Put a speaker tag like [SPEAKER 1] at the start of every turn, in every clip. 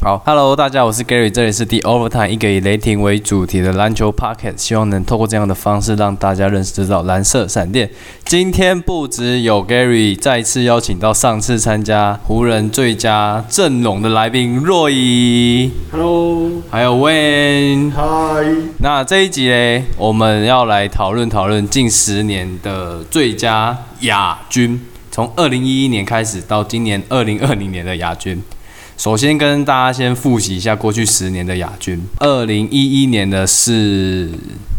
[SPEAKER 1] 好，Hello，大家好，我是 Gary，这里是 The Overtime，一个以雷霆为主题的篮球 Pocket，希望能透过这样的方式让大家认识到蓝色闪电。今天不只有 Gary，再次邀请到上次参加湖人最佳阵容的来宾若仪，
[SPEAKER 2] Hello，
[SPEAKER 1] 还有 Wayne。
[SPEAKER 2] 嗨，
[SPEAKER 1] 那这一集嘞，我们要来讨论讨论近十年的最佳亚军，从二零一一年开始到今年二零二零年的亚军。首先跟大家先复习一下过去十年的亚军。二零一一年的是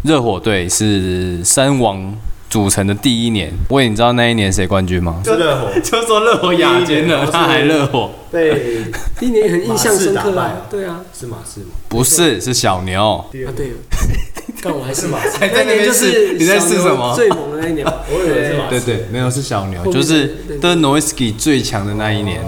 [SPEAKER 1] 热火队，是三王组成的第一年。喂，你知道那一年谁冠军吗？
[SPEAKER 2] 是热火
[SPEAKER 1] 就说热火
[SPEAKER 2] 亚军了他还热
[SPEAKER 1] 火，
[SPEAKER 2] 被
[SPEAKER 3] 第一年很印象
[SPEAKER 2] 马刺
[SPEAKER 3] 深刻
[SPEAKER 2] 打败了
[SPEAKER 3] 啊，对啊，
[SPEAKER 2] 是马刺吗？
[SPEAKER 1] 不是，是小牛。
[SPEAKER 2] 第
[SPEAKER 3] 啊
[SPEAKER 2] 二名，
[SPEAKER 3] 对，但我 还是马刺，
[SPEAKER 1] 还
[SPEAKER 3] 那
[SPEAKER 1] 在那边
[SPEAKER 3] 年就
[SPEAKER 1] 试
[SPEAKER 3] 是
[SPEAKER 1] 你在试
[SPEAKER 3] 小牛
[SPEAKER 1] 什么
[SPEAKER 3] 最猛的那一年，我
[SPEAKER 2] 我以为是马刺。
[SPEAKER 1] 对对，没有是小牛，
[SPEAKER 3] 面
[SPEAKER 1] 就是是
[SPEAKER 3] 对
[SPEAKER 1] The Noisky 最强的那一年。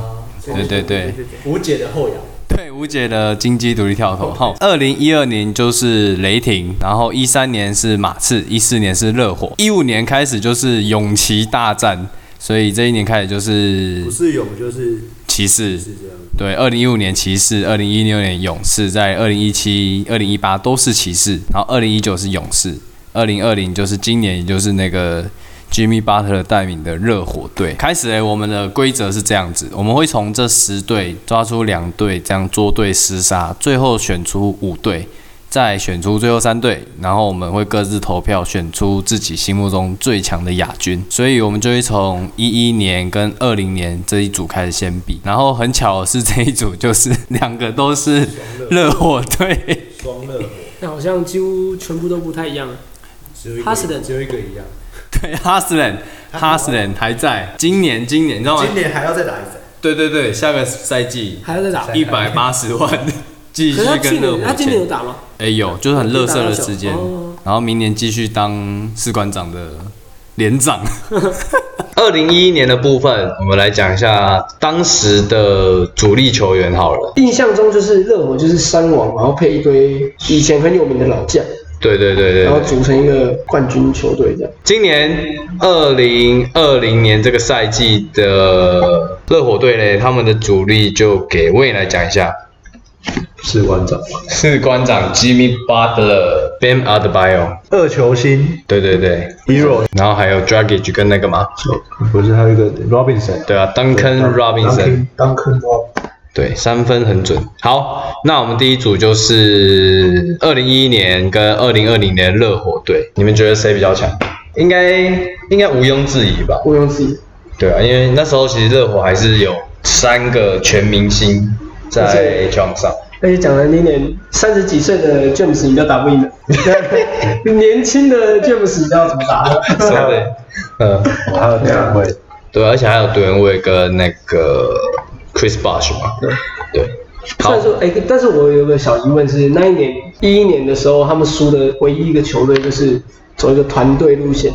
[SPEAKER 1] 对对对，
[SPEAKER 2] 无解的后摇，
[SPEAKER 1] 对吴姐的金鸡独立跳投。好，二零一二年就是雷霆，然后一三年是马刺，一四年是热火，一五年开始就是勇骑大战，所以这一年开始就是
[SPEAKER 2] 不是勇就是
[SPEAKER 1] 骑士。
[SPEAKER 2] 是这样。
[SPEAKER 1] 对，二零一五年骑士，二零一六年勇士，在二零一七、二零一八都是骑士，然后二零一九是勇士，二零二零就是今年，也就是那个 Jimmy Butler 带领的热火队。开始嘞，我们的规则是这样子，我们会从这十队抓出两队，这样捉对厮杀，最后选出五队。再选出最后三队，然后我们会各自投票选出自己心目中最强的亚军。所以我们就会从一一年跟二零年这一组开始先比。然后很巧的是这一组就是两个都是热火队，
[SPEAKER 2] 双热火，
[SPEAKER 3] 那好像几乎全部都不太一样。啊
[SPEAKER 2] 只有一个
[SPEAKER 3] 哈斯的
[SPEAKER 2] 只有一个一样。
[SPEAKER 1] 对哈斯人，哈斯人还在。今年今年你知道吗
[SPEAKER 2] 哦今？年还要再打一次，
[SPEAKER 1] 对对对，下个赛季
[SPEAKER 3] 还要再打，可
[SPEAKER 1] 一百八十万继续
[SPEAKER 3] 是他去
[SPEAKER 1] 跟热火
[SPEAKER 3] 年他今年有
[SPEAKER 1] 签。
[SPEAKER 3] 打吗？
[SPEAKER 1] 哎有，就是很乐色的时间
[SPEAKER 3] 哦，
[SPEAKER 1] 然后明年继续当士官长的连长。
[SPEAKER 4] 二零一一年的部分，我们来讲一下当时的主力球员好了。
[SPEAKER 5] 印象中就是热火就是三王，然后配一堆以前很有名的老将，
[SPEAKER 4] 对对对对
[SPEAKER 5] 然后
[SPEAKER 4] 对，
[SPEAKER 5] 组成一个冠军球队这样。
[SPEAKER 4] 今年二零二零年这个赛季的热火队嘞，他们的主力就给魏来讲一下。士官长，士官长 Jimmy Butler、Bam Adebayo，
[SPEAKER 6] 二球星
[SPEAKER 4] 对对对，
[SPEAKER 6] Hero
[SPEAKER 4] 然后还有 Dragic 跟那个嘛，
[SPEAKER 6] 不是还有一个 Robinson
[SPEAKER 4] 对啊，Duncan Robinson，
[SPEAKER 6] Duncan Robinson
[SPEAKER 4] 对，三分很准。好，那我们第一组就是二零一一年跟二零二零年的热火队，你们觉得谁比较强？应该应该毋庸置疑吧？
[SPEAKER 5] 毋庸置疑，
[SPEAKER 4] 对啊，因为那时候其实热火还是有三个全明星在场上，
[SPEAKER 5] 而且讲了那年三十几岁的 James 你都打不 赢的，年轻的 James 你知道怎么打吗？
[SPEAKER 4] 对不对？嗯，
[SPEAKER 6] 还有两位，
[SPEAKER 4] 对，啊而且还有杜兰特跟那个 Chris Bosh 嘛，对，
[SPEAKER 5] 虽然说，哎、但是我有个小疑问是，那一年一一年的时候，他们输的唯一一个球队就是走一个团队路线，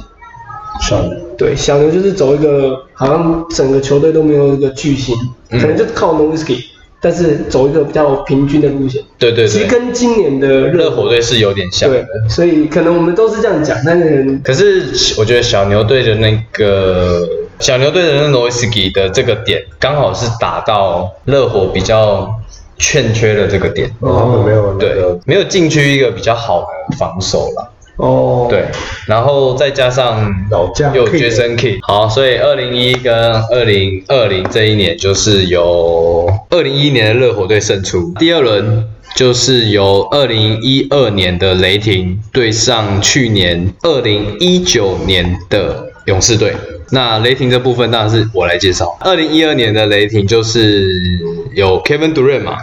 [SPEAKER 6] 算了，
[SPEAKER 5] 对，小牛就是走一个好像整个球队都没有一个巨星，
[SPEAKER 4] 嗯
[SPEAKER 5] 可能就靠 n o w i s k y 但是走一个比较平均的路线。
[SPEAKER 4] 对对
[SPEAKER 5] 其实
[SPEAKER 4] 对，
[SPEAKER 5] 跟今年的
[SPEAKER 4] 热
[SPEAKER 5] 热
[SPEAKER 4] 火队是有点像的
[SPEAKER 5] 对。，所以可能我们都是这样讲，但是
[SPEAKER 4] 可是我觉得小牛队的那个小牛队的那个 n o i s k y 的这个点，刚好是打到热火比较欠缺的这个点。
[SPEAKER 5] 哦
[SPEAKER 6] 他们哦没有那
[SPEAKER 4] 对
[SPEAKER 6] 个，
[SPEAKER 4] 没有禁区一个比较好的防守啦。
[SPEAKER 5] 哦，
[SPEAKER 4] 对，然后再加上
[SPEAKER 6] 老将
[SPEAKER 4] 又有
[SPEAKER 6] Kidd
[SPEAKER 4] Jason Kidd，好，所以二零一跟二零二零这一年就是由二零一年的热火队胜出，第二轮就是由二零一二年的雷霆对上去年二零一九年的勇士队。那雷霆这部分当然是我来介绍。二零一二年的雷霆就是有 Kevin Durant 嘛，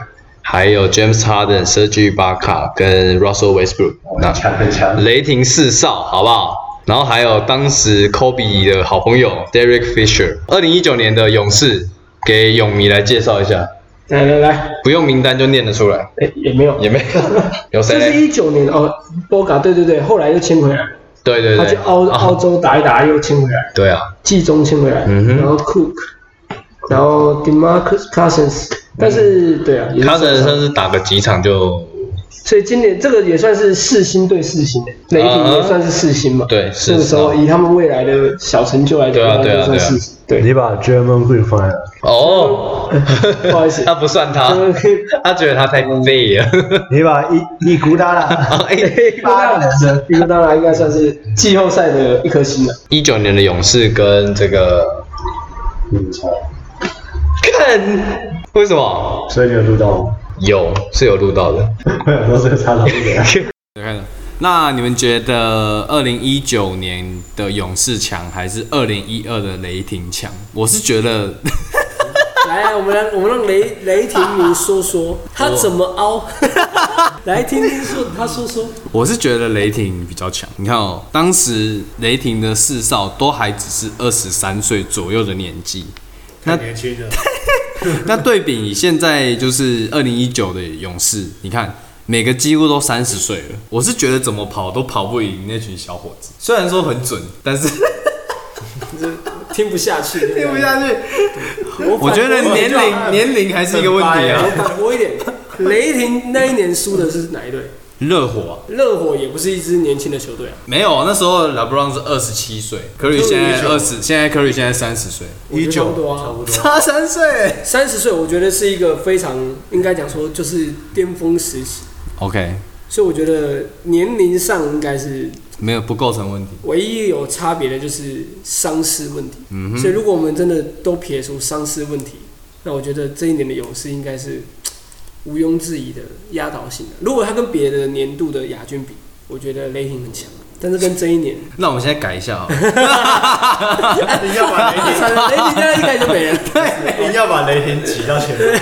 [SPEAKER 4] 还有 James Harden、Serge Ibaka 跟 Russell Westbrook。那
[SPEAKER 6] 强很强，
[SPEAKER 4] 雷霆四少，好不好？然后还有当时 Kobe 的好朋友 Derek Fisher，二零一九年的勇士，给勇迷来介绍一下，
[SPEAKER 5] 来来来，
[SPEAKER 4] 不用名单就念得出来，
[SPEAKER 5] 哎也没有，
[SPEAKER 4] 也 没有有谁
[SPEAKER 5] 这是
[SPEAKER 4] 嘞？
[SPEAKER 5] 一九年哦，Boga 对对对，后来又签回来了，
[SPEAKER 4] 对对
[SPEAKER 5] 他
[SPEAKER 4] 对，
[SPEAKER 5] 去澳
[SPEAKER 4] 啊
[SPEAKER 5] 澳洲打一打又签回来，
[SPEAKER 4] 对啊，
[SPEAKER 5] 季中签回来，
[SPEAKER 4] 嗯哼
[SPEAKER 5] 然后 Cook，然后 Demarcus Cousins，但是对啊，也
[SPEAKER 4] 他
[SPEAKER 5] 受
[SPEAKER 4] 的
[SPEAKER 5] 伤
[SPEAKER 4] 算是打个几场就
[SPEAKER 5] 所以今年这个也算是四星对四星的，雷霆也算是四星嘛。
[SPEAKER 4] 啊对是
[SPEAKER 5] 这个时候
[SPEAKER 4] 是
[SPEAKER 5] 以他们未来的小成就来讲，
[SPEAKER 4] 对啊对啊
[SPEAKER 5] 就算四星。对，
[SPEAKER 6] 你把 German Green 放在哪？
[SPEAKER 4] 哦，
[SPEAKER 5] 不好意思
[SPEAKER 4] 他不算 他
[SPEAKER 5] 这个可以，
[SPEAKER 4] 他觉得他太废了。
[SPEAKER 6] 你把伊伊古达拉
[SPEAKER 4] 哎，
[SPEAKER 5] 一个当然，一个当然应该算是季后赛的一颗星了。
[SPEAKER 4] 一九年的勇士跟这个，
[SPEAKER 6] 嗯，好
[SPEAKER 4] 看为什 么
[SPEAKER 6] 所以你有录到 吗？
[SPEAKER 4] 有是有录到的？
[SPEAKER 6] 我想说这个差到不远。
[SPEAKER 1] 开始。那你们觉得二零一九年的勇士强，还是二零一二的雷霆强？我是觉得
[SPEAKER 3] 来啊，我们让我们让雷雷霆你说 说他怎么凹， 来听听说他说说。
[SPEAKER 1] 我是觉得雷霆比较强。你看哦，当时雷霆的四少都还只是二十三岁左右的年纪，那
[SPEAKER 2] 年轻的，
[SPEAKER 1] 那对比现在就是二零一九的勇士，你看每个几乎都三十岁了，我是觉得怎么跑都跑不赢那群小伙子。虽然说很准，但是
[SPEAKER 3] 听不下去，听
[SPEAKER 1] 听不下去。
[SPEAKER 3] 去
[SPEAKER 1] 我觉得年龄年龄还是一个问题
[SPEAKER 3] 我
[SPEAKER 1] 啊。
[SPEAKER 3] 反驳一点，雷霆那一年输的是哪一队？
[SPEAKER 1] 热火啊、
[SPEAKER 3] 热火也不是一支年轻的球队啊，
[SPEAKER 1] 没有，那时候 LeBron 是二十七岁，Curry 现在二十，现在 Curry 现在三十岁，
[SPEAKER 3] 我觉得差不多啊，差不多。
[SPEAKER 1] 差三岁。
[SPEAKER 3] 三十岁，我觉得是一个非常应该讲说就是巅峰时期，
[SPEAKER 1] OK，
[SPEAKER 3] 所以我觉得年龄上应该是
[SPEAKER 1] 没有不构成问题。
[SPEAKER 3] 唯一有差别的就是伤势问题。
[SPEAKER 1] 嗯
[SPEAKER 3] 所以如果我们真的都撇除伤势问题，那我觉得这一年的勇士应该是毋庸置疑的压倒性的。如果他跟别的年度的亚军比，我觉得雷霆很强，但是跟这 一年，
[SPEAKER 1] 那我们现在改一下好了
[SPEAKER 2] 你要把雷
[SPEAKER 3] 惨了雷霆这样一开就没了。
[SPEAKER 2] 霆，你要把雷霆挤到前面。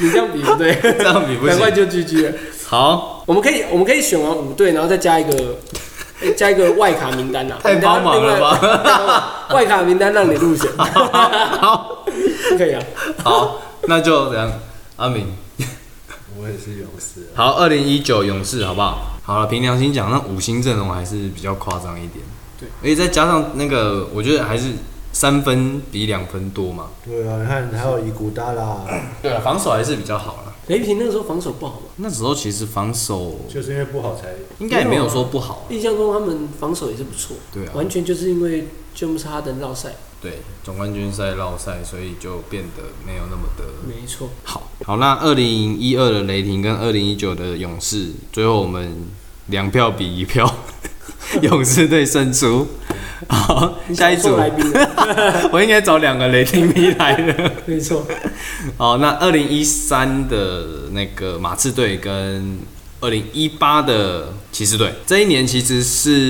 [SPEAKER 3] 你这样比不对，
[SPEAKER 1] 这样比 不
[SPEAKER 3] 难怪
[SPEAKER 1] 行。
[SPEAKER 3] 就 GG 了。
[SPEAKER 1] 好，
[SPEAKER 3] 我们可以我们可以选完五队，然后再加一 个。诶加一个外卡名单啊，
[SPEAKER 1] 太帮忙了吧
[SPEAKER 3] 我们等一下另 外？外卡名单让你入选，
[SPEAKER 1] 好，
[SPEAKER 3] 可以啊。
[SPEAKER 1] 好，那就这样。阿明，
[SPEAKER 2] 我也是勇士，啊
[SPEAKER 1] 好，二零一九勇士好不好？好了，凭良心讲，那五星阵容还是比较夸张一点。
[SPEAKER 3] 对，
[SPEAKER 1] 而且再加上那个，我觉得还是三分比两分多嘛。
[SPEAKER 2] 对啊，你看还有伊古达拉，
[SPEAKER 1] 对啊，防守还是比较好了。
[SPEAKER 3] 雷霆那个时候防守不好嘛，
[SPEAKER 1] 那时候其实防守
[SPEAKER 2] 就是因为不好才
[SPEAKER 1] 应该也没有说不好啊、
[SPEAKER 3] 印象中他们防守也是不错，
[SPEAKER 1] 对啊
[SPEAKER 3] 完全就是因为詹姆斯哈登绕赛，
[SPEAKER 1] 对，总冠军赛绕赛，所以就变得没有那么的
[SPEAKER 3] 没错，
[SPEAKER 1] 好。好，那二零一二的雷霆跟二零一九的勇士，最后我们两票比一票，勇士队胜出。好，下一
[SPEAKER 3] 你
[SPEAKER 1] 组
[SPEAKER 3] 找错来宾了，
[SPEAKER 1] 我应该找两个雷霆迷来的。
[SPEAKER 3] 没错，
[SPEAKER 1] 好，那二零一三的那个马刺队跟二零一八的骑士队，这一年其实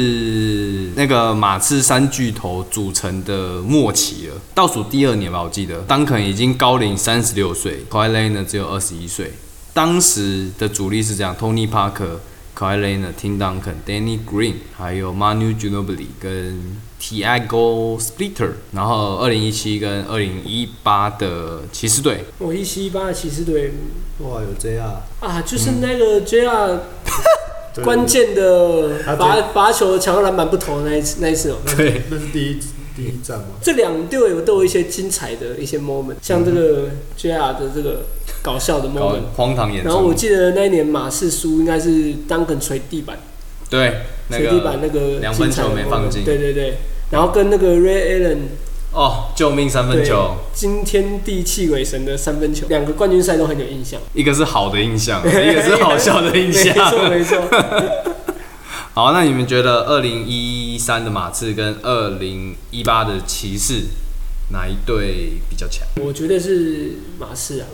[SPEAKER 1] 是那个马刺三巨头组成的末期了，倒数第二年吧，我记得当肯已经高龄三十六岁 k a w i l e n 只有二十一岁。当时的主力是这样：Tony Parker、k a w i l e n Tim Duncan、Danny Green，还有 Manu Ginobili 跟 Tiago Splitter。然后二零一七跟二零一八的骑士队，
[SPEAKER 3] 我一七一八的骑士队
[SPEAKER 2] 哇有这样，
[SPEAKER 3] 啊，就是
[SPEAKER 1] 嗯
[SPEAKER 3] 那个 JR 关键的
[SPEAKER 2] 他
[SPEAKER 3] 罚
[SPEAKER 2] 最
[SPEAKER 3] 罚球抢到篮板不投的那一次那一次哦。
[SPEAKER 1] 对，
[SPEAKER 2] 那是第一第一站嘛，
[SPEAKER 3] 这两队有都有一些精彩的一些 moment，像这个 JR 的这个搞笑的
[SPEAKER 1] 嗯搞
[SPEAKER 3] moment。
[SPEAKER 1] 荒唐演
[SPEAKER 3] 然后我
[SPEAKER 1] 出，
[SPEAKER 3] 记得那一年马刺输，应该是 Duncan 捶地板，
[SPEAKER 1] 对，那
[SPEAKER 3] 捶地板那
[SPEAKER 1] 个
[SPEAKER 3] 个
[SPEAKER 1] 两分
[SPEAKER 3] 精彩的
[SPEAKER 1] 球没放
[SPEAKER 3] moment
[SPEAKER 1] 进
[SPEAKER 3] 对对对。然后跟那个 Ray Allen
[SPEAKER 1] 哦，救命三分
[SPEAKER 3] 对
[SPEAKER 1] 球，
[SPEAKER 3] 惊天地泣鬼神的三分球，两个冠军赛都很有印象，
[SPEAKER 1] 一个是好的 印象，一个是好笑的印象
[SPEAKER 3] 没。错没错。
[SPEAKER 1] 好，那你们觉得二零一三的马刺跟二零一八的骑士哪一队比较强？
[SPEAKER 3] 我觉得是马刺啊，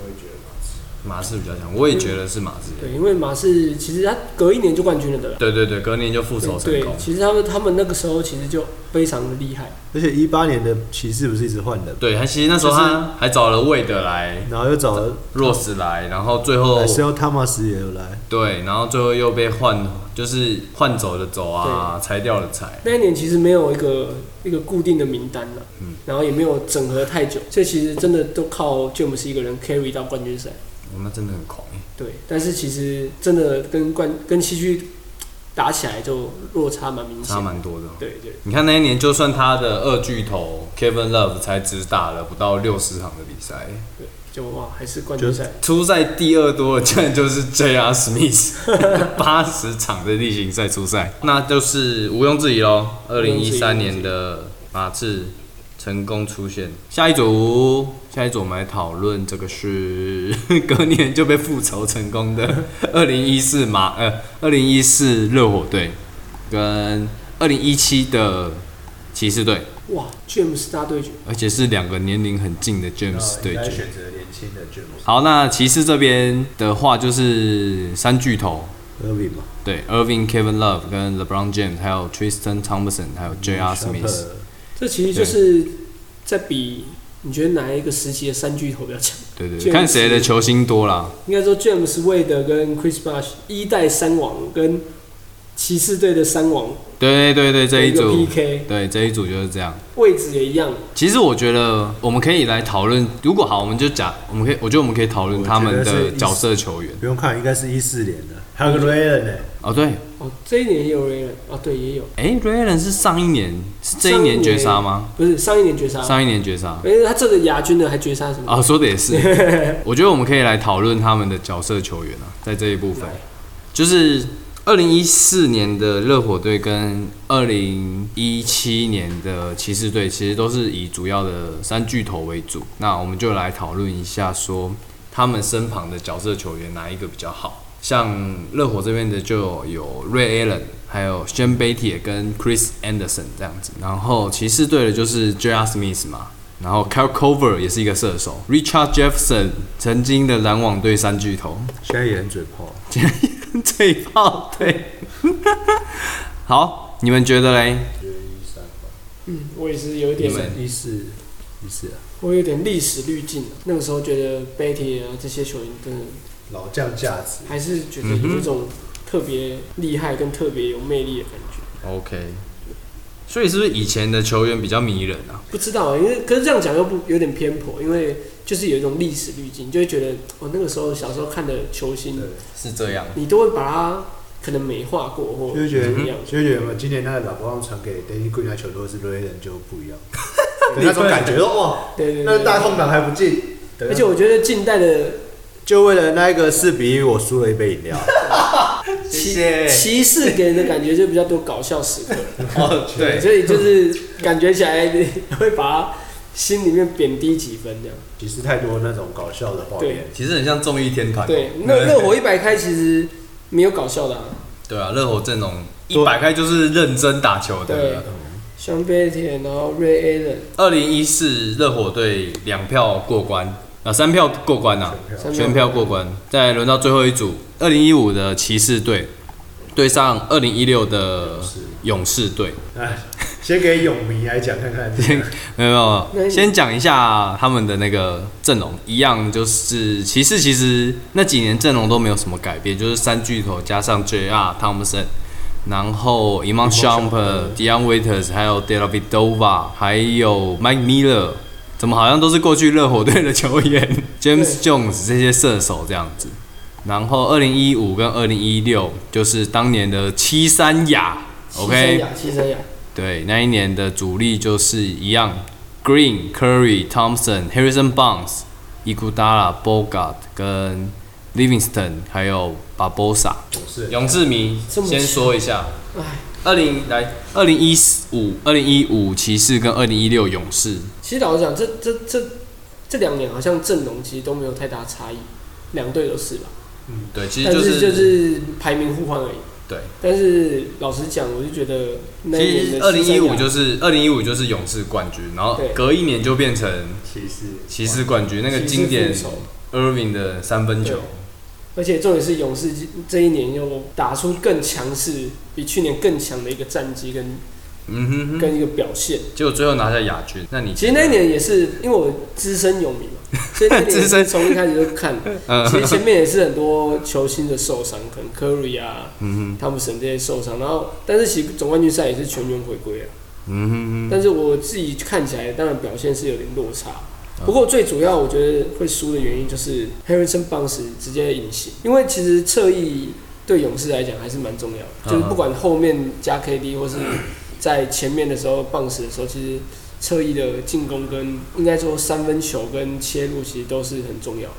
[SPEAKER 1] 马刺比较强，我也觉得是马刺。
[SPEAKER 3] 对，因为马刺其实他隔一年就冠军了的啦。
[SPEAKER 1] 对对对，隔年就复仇成
[SPEAKER 3] 对
[SPEAKER 1] 功，。
[SPEAKER 3] 其实他们他们那个时候其实就非常的厉害，
[SPEAKER 2] 而且一八年的骑士不是一直换人，
[SPEAKER 1] 对，他其实那时候他还找了魏德来、
[SPEAKER 2] 然后又找了
[SPEAKER 1] 若斯来，然后最后
[SPEAKER 2] s e l 汤马斯也有来，
[SPEAKER 1] 对，然后最后又被换，就是换走的走啊，裁掉的裁。
[SPEAKER 3] 那一年其实没有一个一个固定的名单了，
[SPEAKER 1] 嗯
[SPEAKER 3] 然后也没有整合太久，所以其实真的都靠詹姆斯一个人 carry 到冠军赛。
[SPEAKER 1] 我们哦真的很狂耶。
[SPEAKER 3] 对，但是其实真的跟冠跟西区打起来就落差蛮明显
[SPEAKER 1] 差。蛮多的哦。
[SPEAKER 3] 对对，
[SPEAKER 1] 你看那一年，就算他的二巨头 Kevin Love 才只打了不到六十场的比赛，
[SPEAKER 3] 就哇还是冠军赛，
[SPEAKER 1] 出赛第二多的，竟然就是 J.R. Smith，八十场的例行赛出赛，那就是毋庸置疑喽。二零一三年的马刺成功出现。下一组，下一组我们来讨论这个是隔年就被复仇成功的二零一四马呃二零一四热火队跟二零一七的骑士队，
[SPEAKER 3] 哇，James 大对决，
[SPEAKER 1] 而且是两个年龄很近的 James 对决。
[SPEAKER 2] 选择年轻的 James
[SPEAKER 1] 好，那骑士这边的话就是三巨头，
[SPEAKER 2] Irving 嘛
[SPEAKER 1] 对，Irving、Kevin Love 跟 LeBron James，还有 Tristan Thompson，还有
[SPEAKER 3] 嗯
[SPEAKER 1] J.R. Smith。
[SPEAKER 3] 这其实就是在比你觉得哪一个时期的三巨头比较强？
[SPEAKER 1] 对对
[SPEAKER 3] James
[SPEAKER 1] 对，看谁的球星多啦。
[SPEAKER 3] 应该说 James Wade 跟 Chris Bosh 一代三王跟骑士队的三王
[SPEAKER 1] 对对对，这一
[SPEAKER 3] 个
[SPEAKER 1] 组，
[SPEAKER 3] PK
[SPEAKER 1] 对这一组就是这样。
[SPEAKER 3] 位置也一样，
[SPEAKER 1] 其实我觉得我们可以来讨论，如果好，我们就假，我们可以，我觉得我们可以讨论他们
[SPEAKER 2] 我觉得
[SPEAKER 1] 的
[SPEAKER 2] 是
[SPEAKER 1] 角色球员。
[SPEAKER 2] 不用看，应该是一四年的，还有个 Raylan 呢，
[SPEAKER 1] 哦，对，
[SPEAKER 3] 哦，这一年也有 Ray 哦，对，也有，
[SPEAKER 1] 哎 r a y l a n 是上一年，是这一年绝杀吗？
[SPEAKER 3] 不是上一年绝杀，
[SPEAKER 1] 上一啊年绝杀。
[SPEAKER 3] 哎，他这个亚军的还绝杀什么？
[SPEAKER 1] 啊，说的也是，我觉得我们可以来讨论他们的角色球员啊，在这一部分，就是二零一四年的热火队跟二零一七年的骑士队，其实都是以主要的三巨头为主。那我们就来讨论一下，说他们身旁的角色球员哪一个比较好。像热火这边的就有 Ray Allen，还有 s h a n b a t i 跟 Chris Anderson 这样子，然后骑士队的就是 J.R. Smith 嘛，然后 Kyle Cover 也是一个射手，Richard Jefferson 曾经的篮网队三巨头，
[SPEAKER 2] 现在也很嘴炮。
[SPEAKER 1] 最炮队。 好，你们觉得嘞？
[SPEAKER 3] 嗯， 我也是有一点
[SPEAKER 1] 你，们
[SPEAKER 2] 一四一四啊，
[SPEAKER 3] 我有点历史滤镜啊那个时候觉得 Betty 啊这些球员真的
[SPEAKER 2] 老将价值。
[SPEAKER 3] 还是觉得
[SPEAKER 2] 嗯
[SPEAKER 3] 有一种特别厉害跟特别有魅力的感觉。
[SPEAKER 1] OK，所以是不是以前的球员比较迷人啊？
[SPEAKER 3] 不知道啊，因为可是这样讲又不有点偏颇，因为就是有一种历史滤镜，就会觉得我、哦、那个时候小时候看的球星，
[SPEAKER 1] 是这样，
[SPEAKER 3] 你都会把它可能美化过或
[SPEAKER 2] 就会觉得嗯
[SPEAKER 3] 怎么样，，
[SPEAKER 2] 就会觉得嘛，今年那个老光传给 Danny Green 啊那球都是 Raylan 就不 一样，对那种感觉哇，
[SPEAKER 3] 对对
[SPEAKER 2] 那
[SPEAKER 3] 对
[SPEAKER 2] 大空档还不进，对啊
[SPEAKER 3] 而且我觉得近代的
[SPEAKER 2] 就为了那一个四比一，我输了一杯饮料，
[SPEAKER 3] 骑骑士给人的感觉就比较多搞笑时刻，
[SPEAKER 1] 哦，
[SPEAKER 2] 哎
[SPEAKER 1] 对，
[SPEAKER 3] 所以就是感觉起来你会把它心里面贬低几分这样。
[SPEAKER 2] 其实太多那种搞笑的画面
[SPEAKER 3] 对，
[SPEAKER 1] 其实很像综艺天团哦、
[SPEAKER 3] 对，那热火一百开其实没有搞笑的、啊，
[SPEAKER 1] 对啊，热火阵容一摆开就是认真打球
[SPEAKER 3] 对
[SPEAKER 1] 的。，
[SPEAKER 3] 像贝铁，然后 Ray Allen。
[SPEAKER 1] 二零一四热火队两票过关，啊，三票过关呐、
[SPEAKER 3] 三票
[SPEAKER 1] 啊，全票过关。再轮到最后一组，二零一五的骑士队对上二零一六的勇士队。
[SPEAKER 2] 哎，先给泳迷来讲看看，
[SPEAKER 1] 没有没有没
[SPEAKER 3] 那
[SPEAKER 1] 有，
[SPEAKER 3] 你
[SPEAKER 1] 先讲一下他们的那个阵容，一样就是骑士其实那几年阵容都没有什么改变，就是三巨头加上 J.R. 汤姆森，然后 i m a n Shumper、Dion Waiters，还有 d e l a v i d o v a 还有 Mike Miller，怎么好像都是过去热火队的球员，James Jones 这些射手这样子。然后二零一五跟二零一六就是当年的七三亚
[SPEAKER 3] 七三
[SPEAKER 1] ，OK，
[SPEAKER 3] 亚，七三亚，
[SPEAKER 1] 对，那一年的主力就是一样，Green、Curry、Thompson、Harrison Barnes、伊古达拉、Bogart 跟 Livingston，还有 Barbosa。
[SPEAKER 2] 是
[SPEAKER 1] 勇士迷
[SPEAKER 3] 这么
[SPEAKER 1] 先说一下，
[SPEAKER 3] 哎，
[SPEAKER 1] 二零来二零一五、二零一五骑士跟二零一六勇士，
[SPEAKER 3] 其实老实讲，这这这这两年好像阵容其实都没有太大差异，两队都是吧，
[SPEAKER 1] 对，其实
[SPEAKER 3] 但
[SPEAKER 1] 就是是
[SPEAKER 3] 就是排名互换而已。
[SPEAKER 1] 对，
[SPEAKER 3] 但是老实讲，我就觉得那一
[SPEAKER 1] 其
[SPEAKER 3] 年
[SPEAKER 1] 实
[SPEAKER 3] 的
[SPEAKER 1] 二零一五
[SPEAKER 3] 是
[SPEAKER 1] 就是二零一五就是勇士冠军，然后
[SPEAKER 3] 对
[SPEAKER 1] 隔一年就变成
[SPEAKER 2] 骑士，
[SPEAKER 1] 骑士冠军，那个经典 Irving 的三分球
[SPEAKER 3] 对。而且重点是勇士这一年又打出更强势，比去年更强的一个战绩跟、
[SPEAKER 1] 嗯哼哼。
[SPEAKER 3] 跟一个表现。
[SPEAKER 1] 结果最后拿下亚军。那你
[SPEAKER 3] 其实那一年也是因为我资深勇迷 嘛，所以那
[SPEAKER 1] 资深
[SPEAKER 3] 年从一开始就 看。
[SPEAKER 1] 呃
[SPEAKER 3] 其实前面也是很多球星的受伤，可能 Curry 啊、
[SPEAKER 1] 嗯哼
[SPEAKER 3] 汤姆森这些受伤，然后但是其实总冠军赛也是全员回归啊。
[SPEAKER 1] 嗯哼
[SPEAKER 3] 但是我自己看起来，当然表现是有点落差。
[SPEAKER 1] 啊
[SPEAKER 3] 不过最主要我觉得会输的原因就是 Harrison Barnes 直接隐形，因为其实侧翼对勇士来讲还是蛮重要的，
[SPEAKER 1] 嗯
[SPEAKER 3] 就是不管后面加 KD 或是在前面的时候 Barnes 的时候，其实侧翼的进攻跟应该说三分球跟切入其实都是很重要的。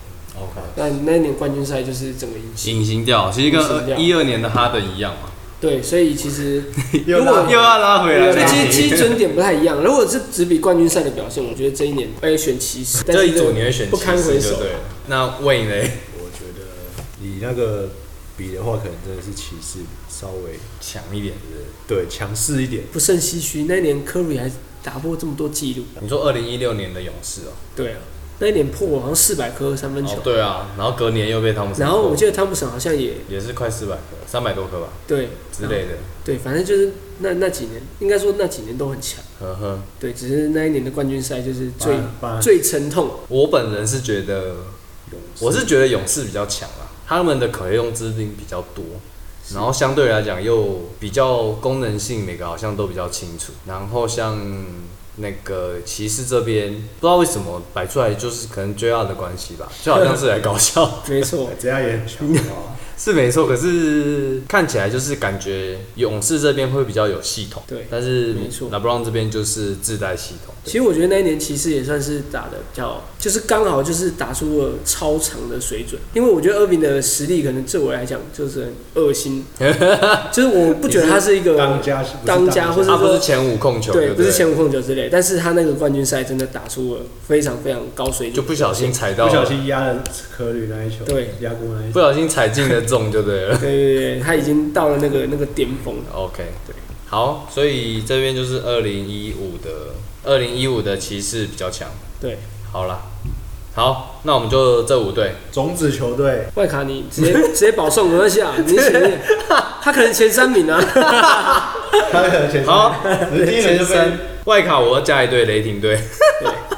[SPEAKER 1] OK，
[SPEAKER 3] 那那一年冠军赛就是整个赢
[SPEAKER 1] 隐形掉，其实
[SPEAKER 3] 隐形掉
[SPEAKER 1] 跟一二年的哈登一样嘛，
[SPEAKER 3] 对，所以其实
[SPEAKER 1] 又
[SPEAKER 3] 如果
[SPEAKER 1] 拉又要拉回来
[SPEAKER 3] 所以
[SPEAKER 1] 了。
[SPEAKER 3] 其实基准点不太一样。如果是只比冠军赛的表现，我觉得这一年我也选骑士，但
[SPEAKER 1] 嗯这
[SPEAKER 3] 是
[SPEAKER 1] 一组你会选
[SPEAKER 3] 不堪
[SPEAKER 1] 骑士
[SPEAKER 3] 回
[SPEAKER 1] 就
[SPEAKER 3] 首
[SPEAKER 1] 对。了。那魏雷
[SPEAKER 2] 我觉得以那个比的话，可能真的是骑士稍微
[SPEAKER 1] 强一点，
[SPEAKER 2] 呃对强势一点。
[SPEAKER 3] 不胜唏嘘。那一年科瑞还打破这么多纪录，
[SPEAKER 1] 你说二零一六年的勇士哦，
[SPEAKER 3] 对啊，那一年破好像四百颗三分球，
[SPEAKER 1] 哦对啊，然后隔年又被汤姆森
[SPEAKER 3] 然
[SPEAKER 1] 破，
[SPEAKER 3] 后我记得汤普森好像也
[SPEAKER 1] 也是快四百颗，三百多颗吧
[SPEAKER 3] 对
[SPEAKER 1] 之类的，
[SPEAKER 3] 对，反正就是那那几年，应该说那几年都很强，
[SPEAKER 1] 呵呵。
[SPEAKER 3] 对，只是那一年的冠军赛就是最
[SPEAKER 2] 八
[SPEAKER 3] 最沉痛，
[SPEAKER 1] 我本人是觉得，我是觉得勇士比较强啦，他们的可用之兵比较多，然后相对来讲又比较功能性，每个好像都比较清楚。然后像那个骑士这边，不知道为什么摆出来就是可能 JR 的关系吧，就好像是来 搞笑，
[SPEAKER 3] 没错，
[SPEAKER 2] 这样也很强啊，
[SPEAKER 1] 是没错。可是看起来就是感觉勇士这边会比较有系统，
[SPEAKER 3] 对
[SPEAKER 1] 但是
[SPEAKER 3] 没错
[SPEAKER 1] LeBron 这边就是自带系统。
[SPEAKER 3] 其实我觉得那一年骑士也算是打的比较，就是刚好就是打出了超常的水准。因为我觉得厄宾的实力可能对我来讲就是很恶心，就是我不觉得他是一个
[SPEAKER 2] 当家是不是
[SPEAKER 3] 当家或是
[SPEAKER 1] 啊他不
[SPEAKER 3] 说
[SPEAKER 1] 是前五控球，
[SPEAKER 3] 对，
[SPEAKER 1] 不
[SPEAKER 3] 不是前无控球之类，但是他那个冠军赛真的打出了非常非常高水
[SPEAKER 1] 就
[SPEAKER 3] 准，
[SPEAKER 1] 不小心踩到
[SPEAKER 2] 不小心压了科里那一球，
[SPEAKER 3] 对，
[SPEAKER 2] 压过那一
[SPEAKER 1] 不
[SPEAKER 2] 球。
[SPEAKER 1] 小心踩进了中就对了。
[SPEAKER 3] 对对对，他已经到了那个那个巅峰了。
[SPEAKER 1] OK，对，好，所以这边就是二零一五的二零一五的骑士比较强。
[SPEAKER 3] 对，
[SPEAKER 1] 好啦，好，那我们就这五队，
[SPEAKER 2] 种子球队
[SPEAKER 3] 外卡你直接直接保送没关系啊，你前面他可能前三名 啊。
[SPEAKER 2] 他可能前三
[SPEAKER 1] 好，
[SPEAKER 2] 第一轮就
[SPEAKER 1] 前三
[SPEAKER 2] 被
[SPEAKER 1] 外卡，我要加一队雷霆队。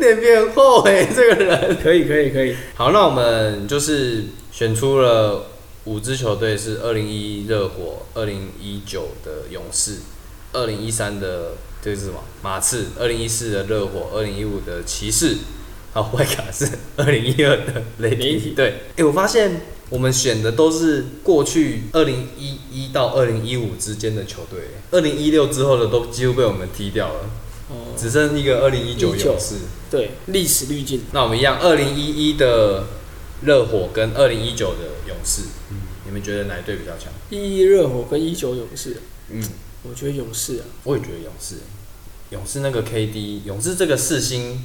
[SPEAKER 1] 脸皮很厚哎、这个人。
[SPEAKER 3] 可以可以可以，
[SPEAKER 1] 好，那我们就是选出了五支球队是二零一热火、二零一九的勇士、二零一三的这是什么马刺、二零一四的热火、二零一五的骑士，然后外卡是二零一二的雷
[SPEAKER 3] 雷
[SPEAKER 1] 霆
[SPEAKER 3] 霆
[SPEAKER 1] 队。哎、我发现我们选的都是过去二零一一到二零一五之间的球队，二零一六之后的都几乎被我们踢掉了，
[SPEAKER 3] 哦，
[SPEAKER 1] 只剩一个二零一九
[SPEAKER 3] 19
[SPEAKER 1] 勇士。
[SPEAKER 3] 对，历史滤镜。
[SPEAKER 1] 那我们一样，二零一一的热火跟二零一九的勇士，
[SPEAKER 3] 嗯
[SPEAKER 1] 你们觉得哪一队比较强？
[SPEAKER 3] 一一热火跟一九勇士，啊
[SPEAKER 1] 嗯，
[SPEAKER 3] 我觉得勇士啊，
[SPEAKER 1] 我也觉得勇士。勇士那个 KD，勇士这个四星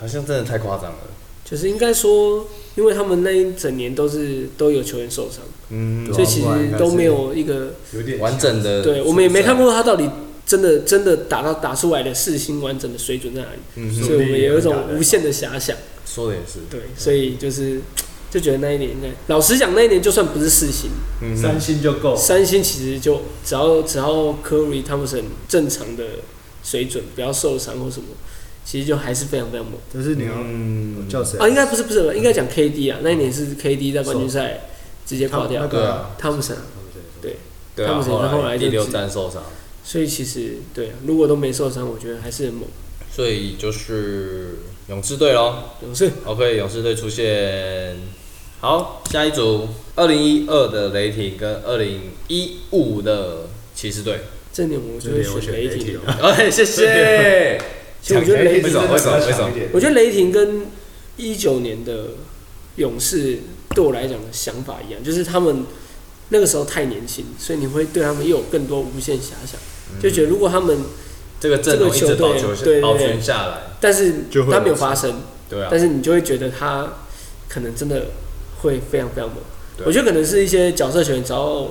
[SPEAKER 1] 好像真的太夸张了。
[SPEAKER 3] 就是应该说，因为他们那一整年都是都有球员受伤，
[SPEAKER 1] 嗯呃
[SPEAKER 3] 所以其实都没有一个，
[SPEAKER 2] 有点
[SPEAKER 1] 完整的，
[SPEAKER 3] 对我们也没看。过他到底真的真的打到打出来的四星完整的水准在哪里，
[SPEAKER 1] 嗯哼，
[SPEAKER 3] 所以我们也有一种无限的遐想，
[SPEAKER 1] 说的也是。
[SPEAKER 3] 对，所以就是。就觉得那一年应该，老实讲，那一年就算不是四星，
[SPEAKER 1] 嗯
[SPEAKER 2] 三
[SPEAKER 1] 哼，
[SPEAKER 2] 星就够，
[SPEAKER 3] 三星其实就只要只要科瑞、汤普森正常的水准，不要受伤或什么，其实就还是非常非常猛。
[SPEAKER 2] 但是你要
[SPEAKER 1] 嗯
[SPEAKER 2] 叫谁
[SPEAKER 3] 啊，应该不是不是，应该讲 KD 啊，那一年是 KD 在冠军赛直接挂
[SPEAKER 2] 那
[SPEAKER 3] 掉，
[SPEAKER 1] 对
[SPEAKER 2] 个
[SPEAKER 1] 啊
[SPEAKER 3] 汤普森啊，
[SPEAKER 1] 对
[SPEAKER 3] 他
[SPEAKER 1] 啊，
[SPEAKER 3] 们谁
[SPEAKER 1] 后
[SPEAKER 3] 后
[SPEAKER 1] 来
[SPEAKER 3] 来就
[SPEAKER 1] 第六
[SPEAKER 3] 直
[SPEAKER 1] 战受伤，
[SPEAKER 3] 所以其实对啊，如果都没受伤，我觉得还是很猛。
[SPEAKER 1] 所以就是勇士队喽。
[SPEAKER 3] 勇士
[SPEAKER 1] OK，勇士队出现。好，下一组，二零一二的雷霆跟二零一五的骑士队。
[SPEAKER 3] 这年我就
[SPEAKER 2] 这
[SPEAKER 3] 会
[SPEAKER 2] 里我
[SPEAKER 3] 选
[SPEAKER 2] 选
[SPEAKER 3] 雷
[SPEAKER 2] 雷
[SPEAKER 3] 霆
[SPEAKER 2] 霆。
[SPEAKER 1] 哎，谢谢。
[SPEAKER 3] 其实我 觉得雷
[SPEAKER 1] 为
[SPEAKER 3] 霆
[SPEAKER 1] 什，么？为什么？为什
[SPEAKER 2] 强
[SPEAKER 1] 么
[SPEAKER 2] 一？点
[SPEAKER 3] 我觉得雷霆跟一九年的勇士对我来讲的想法一样，就是他们那个时候太年轻，所以你会对他们又有更多无限遐想，就觉得如果他们，
[SPEAKER 1] 这个阵容一直保球
[SPEAKER 3] 这个球队
[SPEAKER 1] 保存下来，
[SPEAKER 3] 但是
[SPEAKER 2] 就会
[SPEAKER 3] 他没有发生，
[SPEAKER 1] 对啊
[SPEAKER 3] 但。是你就会觉得他可能真的会非常非常猛。
[SPEAKER 1] 对
[SPEAKER 3] 我觉得可能是一些角色球员，只要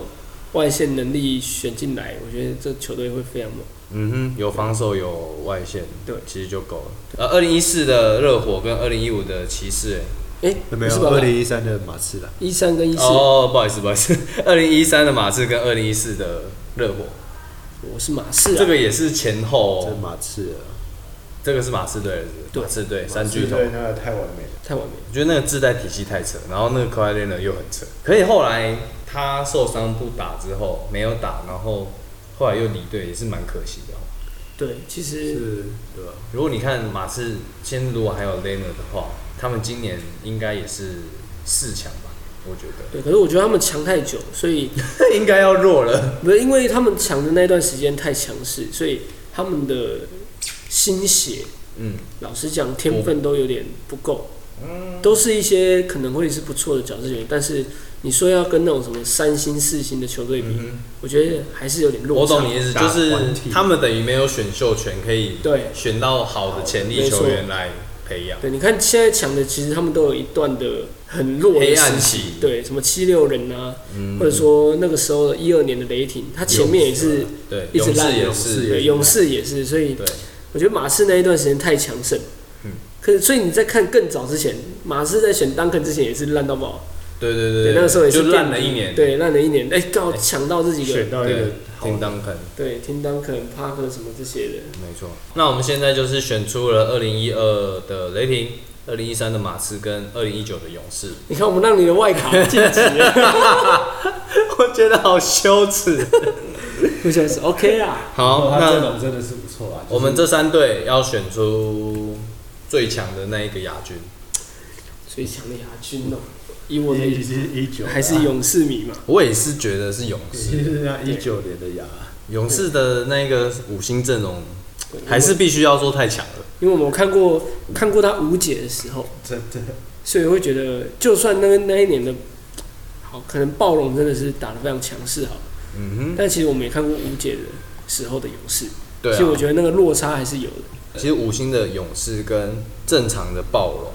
[SPEAKER 3] 外线能力选进来，我觉得这球队会非常猛。
[SPEAKER 1] 嗯哼，有防守有外线，
[SPEAKER 3] 对
[SPEAKER 1] 其实就够了。呃，二零一四的热火跟二零一五的骑士，哎
[SPEAKER 3] 哎、
[SPEAKER 2] 没
[SPEAKER 3] 不是
[SPEAKER 2] 有
[SPEAKER 3] 吧
[SPEAKER 2] 二零一三的马刺啦，
[SPEAKER 3] 一三跟一四，
[SPEAKER 1] 哦，不好意思，不好意思， 二零一三的马刺跟二零一四的热火，
[SPEAKER 3] 我是马刺、啊，
[SPEAKER 1] 这个也是前后、
[SPEAKER 2] 这
[SPEAKER 1] 哦，
[SPEAKER 2] 马刺啊，
[SPEAKER 1] 这个是马刺队的，是不是
[SPEAKER 3] 对
[SPEAKER 1] 马刺队三巨头，
[SPEAKER 2] 对那个太完美了。
[SPEAKER 3] 太完美了。
[SPEAKER 1] 我觉得那个自带体系太扯，然后那个 k a w 又很扯。可以后来他受伤不打之后没有打，然后后来又离队，也是蛮可惜的哦。
[SPEAKER 3] 对，其实
[SPEAKER 2] 是，对吧？
[SPEAKER 1] 如果你看马刺，现在如果还有 Lena 的话，他们今年应该也是四强吧？我觉得
[SPEAKER 3] 对，可是我觉得他们强太久，所以
[SPEAKER 1] 应该要弱了。
[SPEAKER 3] 不是因为他们抢的那段时间太强势，所以他们的新血，
[SPEAKER 2] 嗯，
[SPEAKER 3] 老实讲，天分都有点不够，
[SPEAKER 1] 嗯
[SPEAKER 3] 都是一些可能会是不错的角色球员，但是你说要跟那种什么三星、四星的球队比，我觉得还是有点落
[SPEAKER 1] 嗯我
[SPEAKER 3] 差。
[SPEAKER 1] 懂你意思，就是他们等于没有选秀权，可以
[SPEAKER 3] 对
[SPEAKER 1] 选到好的潜力球员来培养。
[SPEAKER 3] 对，你看现在强的，其实他们都有一段的很弱的
[SPEAKER 1] 黑
[SPEAKER 3] 时
[SPEAKER 1] 暗
[SPEAKER 3] 期
[SPEAKER 1] 期，嗯
[SPEAKER 3] 对，什么七六人啊，或者说那个时候的一二年的雷霆，他前面也是
[SPEAKER 1] 对，
[SPEAKER 3] 一直
[SPEAKER 1] 勇
[SPEAKER 3] 烂
[SPEAKER 1] 士啊
[SPEAKER 3] 的，
[SPEAKER 1] 也是，
[SPEAKER 3] 对，勇士也是，所以
[SPEAKER 1] 对
[SPEAKER 3] 我觉得马刺那一段时间太强盛。
[SPEAKER 1] 嗯
[SPEAKER 3] 可是所以你在看更早之前，马刺在选丹肯之前也是烂到爆，
[SPEAKER 1] 对对对
[SPEAKER 3] 对，那个时候也是
[SPEAKER 1] 就烂了
[SPEAKER 3] 垫底
[SPEAKER 1] 一年，
[SPEAKER 3] 对，烂了一年，哎，刚好抢到这几个，
[SPEAKER 2] 选到一个
[SPEAKER 1] 对，
[SPEAKER 2] 好
[SPEAKER 1] 叮
[SPEAKER 2] 的，
[SPEAKER 1] 当肯。
[SPEAKER 3] 对，听丹肯、帕克什么这些的，
[SPEAKER 2] 没错，
[SPEAKER 1] 那我们现在就是选出了二零一二的雷霆、二零一三的马刺跟二零一九的勇士，
[SPEAKER 3] 你看我们让你的外卡晋级了，
[SPEAKER 1] 我觉得好羞耻。
[SPEAKER 3] 我想是 OK 啊啦，
[SPEAKER 1] 好，
[SPEAKER 7] 他阵
[SPEAKER 1] 那
[SPEAKER 7] 容真的是不错啊。
[SPEAKER 1] 我们这三队要选出最强的那一个亚军。
[SPEAKER 3] 最强的亚军哦，以我的
[SPEAKER 1] 哎
[SPEAKER 2] 一一九
[SPEAKER 3] 还是啊勇士迷嘛，
[SPEAKER 1] 我也是觉得是勇士，
[SPEAKER 2] 是啊，一九年的牙，
[SPEAKER 1] 勇士的那个五星阵容还是必须要说太强了。
[SPEAKER 3] 因为我们有看过看过他无解的时候，
[SPEAKER 2] 真的
[SPEAKER 3] 所以会觉得，就算那个那一年的，好，可能暴龙真的是打得非常强势，好了，
[SPEAKER 1] 嗯哼，
[SPEAKER 3] 但其实我们也看过无解的时候的勇士，
[SPEAKER 1] 对
[SPEAKER 3] 所以我
[SPEAKER 1] 啊。
[SPEAKER 3] 觉得那个落差还是有的。
[SPEAKER 1] 其实五星的勇士跟正常的暴龙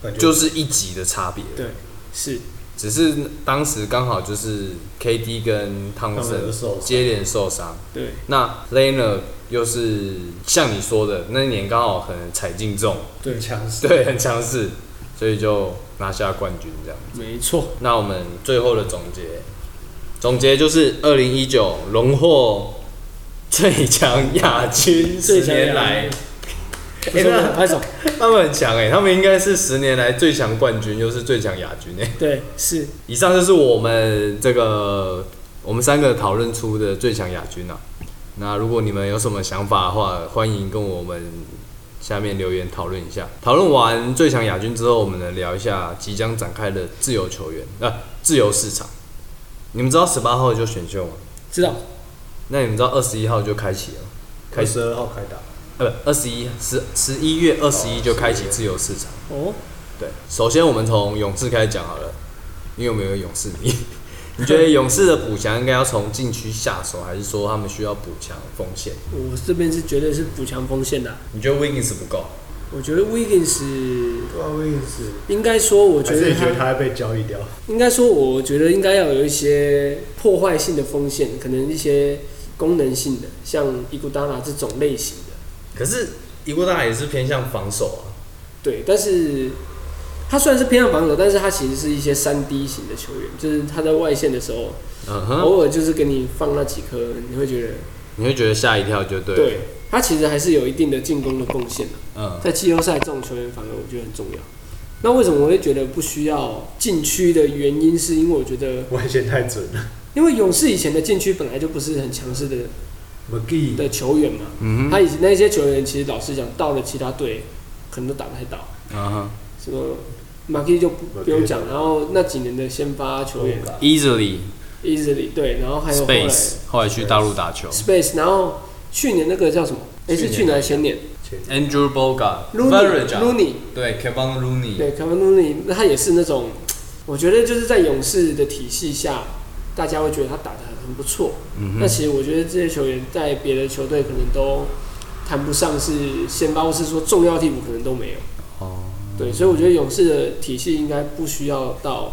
[SPEAKER 2] 感觉
[SPEAKER 1] 就是一级的差别，
[SPEAKER 3] 对，是
[SPEAKER 1] 只是当时刚好就是 KD 跟汤
[SPEAKER 2] 他们
[SPEAKER 1] 森
[SPEAKER 2] 都受伤
[SPEAKER 1] 接连受伤，
[SPEAKER 3] 对，
[SPEAKER 1] 那 l a n e r 又是像你说的那一年刚好可能踩进中，
[SPEAKER 2] 很强势，
[SPEAKER 1] 对，很强势，所以就拿下冠军这样。
[SPEAKER 3] 没错，
[SPEAKER 1] 那我们最后的总结，总结就是二零一九荣获最强亚军，
[SPEAKER 3] 最
[SPEAKER 1] 十
[SPEAKER 3] 强
[SPEAKER 1] 年
[SPEAKER 3] 亚
[SPEAKER 1] 来，
[SPEAKER 2] 哎
[SPEAKER 3] 不错，不错拍手，
[SPEAKER 1] 他们很强哎、他们应该是十年来最强冠军，又是最强亚军哎、
[SPEAKER 3] 对，是
[SPEAKER 1] 以上就是我们这个我们三个讨论出的最强亚军啊。那如果你们有什么想法的话，欢迎跟我们下面留言讨论一下。讨论完最强亚军之后，我们来聊一下即将展开的自由球员呃自由市场。你们知道十八号就选秀吗？
[SPEAKER 3] 知道，
[SPEAKER 1] 那你们知道二十一号就开启了吗？开
[SPEAKER 2] 开
[SPEAKER 1] 始
[SPEAKER 2] 十二号开打，
[SPEAKER 1] 呃不，二十一十十一月二十一就开启自由市场。
[SPEAKER 3] 哦，
[SPEAKER 1] 对，首先我们从勇士开始讲好了，因为我们有个勇士迷。 你觉得勇士的补强应该要从禁区下手，还是说他们需要补强锋线？
[SPEAKER 3] 我这边是绝对是补强锋线的啊，
[SPEAKER 1] 你觉得 Wiggins 不够？我
[SPEAKER 3] 我觉得 Wiggins
[SPEAKER 2] 对啊，我也是，
[SPEAKER 3] 应该说，我
[SPEAKER 2] 还
[SPEAKER 3] 觉
[SPEAKER 2] 是
[SPEAKER 3] 得
[SPEAKER 2] 你觉得
[SPEAKER 3] 他
[SPEAKER 2] 他会被交易掉？
[SPEAKER 3] 应该说，我觉得应该要有一些破坏性的锋线，可能一些功能性的，像伊古达拉这种类型的。
[SPEAKER 1] 可是伊戈大也是偏向防守啊。
[SPEAKER 3] 对，但是他虽然是偏向防守，但是他其实是一些三 D 型的球员，就是他在外线的时候，
[SPEAKER 1] 嗯哼，
[SPEAKER 3] 偶尔就是给你放那几颗，你会觉得，
[SPEAKER 1] 你会觉得吓一跳就对。
[SPEAKER 3] 对，他其实还是有一定的进攻的贡献的。
[SPEAKER 1] 嗯，
[SPEAKER 3] 在季后赛这种球员，反而我觉得很重要。那为什么我会觉得不需要禁区的原因，是因为我觉得，
[SPEAKER 2] 外线太准了
[SPEAKER 3] 因为勇士以前的禁区本来就不是很强势的
[SPEAKER 2] ，McGee
[SPEAKER 3] 的球员嘛，
[SPEAKER 1] 嗯哼，
[SPEAKER 3] 他以前那些球员其实老实讲，到了其他队可能都打不太到，
[SPEAKER 1] 嗯哼
[SPEAKER 3] 什么马基就不
[SPEAKER 2] Markey
[SPEAKER 3] 不用讲，然后那几年的先发球员
[SPEAKER 8] ，easily
[SPEAKER 3] easily 对，然后还有后来
[SPEAKER 8] space，后来去大陆打球
[SPEAKER 3] space，然后去年那个叫什么？诶，是去年还是前年
[SPEAKER 8] ，Andrew Boga，
[SPEAKER 3] ？Looney Looney
[SPEAKER 1] 对 Kevin Looney，
[SPEAKER 3] 对 Kevin Looney，那他也是那种，我觉得就是在勇士的体系下，大家会觉得他打得很很不错。
[SPEAKER 8] 嗯
[SPEAKER 3] 那
[SPEAKER 8] 哼，
[SPEAKER 3] 其实我觉得这些球员在别的球队可能都谈不上是先发，或是说重要替补，可能都没有。
[SPEAKER 1] 哦，
[SPEAKER 3] 对，所以我觉得勇士的体系应该不需要到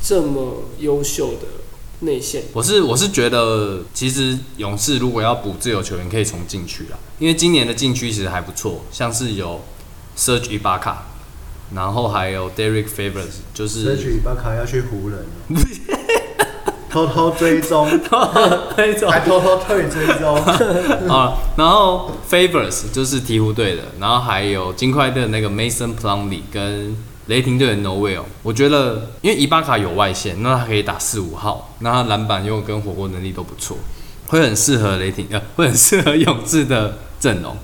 [SPEAKER 3] 这么优秀的内线。
[SPEAKER 8] 我是我是觉得，其实勇士如果要补自由球员，可以从禁区啦，因为今年的禁区其实还不错，像是有 Serge Ibaka，然后还有 Derek Favors，就 是
[SPEAKER 2] 这局巴卡要去湖人了， 偷偷追踪，还偷偷退追 踪，
[SPEAKER 8] 啊，然后 Favors 就是鹈鹕队的，然后还有金块队的那个 Mason Plumlee 跟雷霆队的 Noel，我觉得因为伊巴卡有外线，那他可以打四五号，那他篮板又跟火锅能力都不错，会很适合雷 霆呃，会很适合勇士的阵容。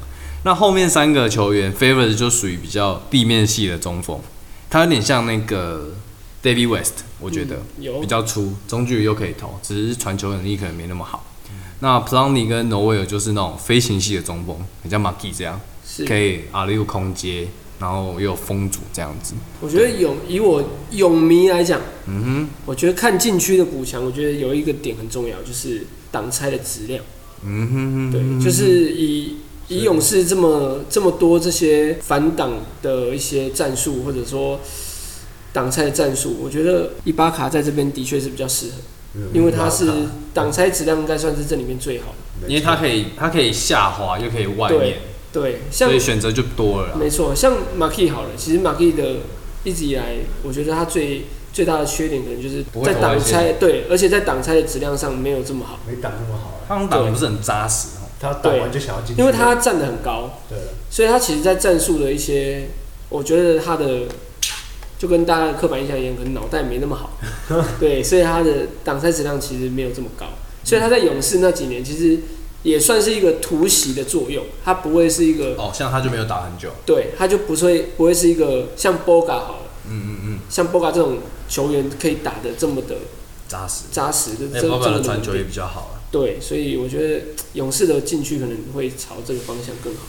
[SPEAKER 8] 那后面三个球员 Favors 就属于比较地面系的中锋，他有点像那个 David West，我觉得、
[SPEAKER 3] 嗯有
[SPEAKER 8] 比较粗，中距离又可以投，只是传球能力可能没那么好。
[SPEAKER 1] 那 Plumlee 跟 n o w e l 就是那种飞行系的中锋，很像 m a g i 这样，
[SPEAKER 3] 是
[SPEAKER 1] 可以啊又空接，然后又有封阻这样子。
[SPEAKER 3] 我觉得勇以我勇迷来讲，
[SPEAKER 1] 嗯
[SPEAKER 3] 我觉得看禁区的补强，我觉得有一个点很重要，就是挡拆的质量。
[SPEAKER 1] 哼，嗯哼哼，
[SPEAKER 3] 对，就是以以勇士这么这么多这些反挡的一些战术，或者说挡拆的战术，我觉得伊巴卡在这边的确是比较适合，因为他是挡拆质量应该算是这里面最好的。
[SPEAKER 1] 因为它可以它可以下滑，又可以外面
[SPEAKER 3] 对，对，像
[SPEAKER 1] 所以选择就多了啦。
[SPEAKER 3] 没错，像马 k 好了，其实马 k 的一直以来，我觉得他最最大的缺点可能就是
[SPEAKER 1] 不会
[SPEAKER 3] 在
[SPEAKER 1] 投
[SPEAKER 3] 挡
[SPEAKER 1] 外线嗯
[SPEAKER 3] 拆，对，而且在挡拆的质量上没有这么好，
[SPEAKER 2] 没挡那么好，啊
[SPEAKER 1] 他们打的不是很扎实哦，
[SPEAKER 2] 他打完就想要进去，
[SPEAKER 3] 因为他站得很高，
[SPEAKER 2] 对了，
[SPEAKER 3] 所以他其实，在战术的一些，我觉得他的就跟大家的刻板印象一样，可能脑袋没那么 好，对，所以他的挡拆质量其实没有这么高，所以他在勇士那几年其实也算是一个突袭的作用，他不会是一个，
[SPEAKER 1] 哦，像他就没有打很久。
[SPEAKER 3] 对，他就不会不会是一个像 Boga 好了，
[SPEAKER 1] 嗯嗯嗯，
[SPEAKER 3] 像 Boga 这种球员可以打的这么的
[SPEAKER 1] 扎实。
[SPEAKER 3] 扎实，就
[SPEAKER 1] 那
[SPEAKER 3] 这
[SPEAKER 1] 包
[SPEAKER 3] 么
[SPEAKER 1] 括
[SPEAKER 3] 这么的
[SPEAKER 1] 的哎传
[SPEAKER 3] 稳
[SPEAKER 1] 球也
[SPEAKER 3] 定
[SPEAKER 1] 比较好啊了。
[SPEAKER 3] 对，所以我觉得勇士的禁区可能会朝这个方向更好，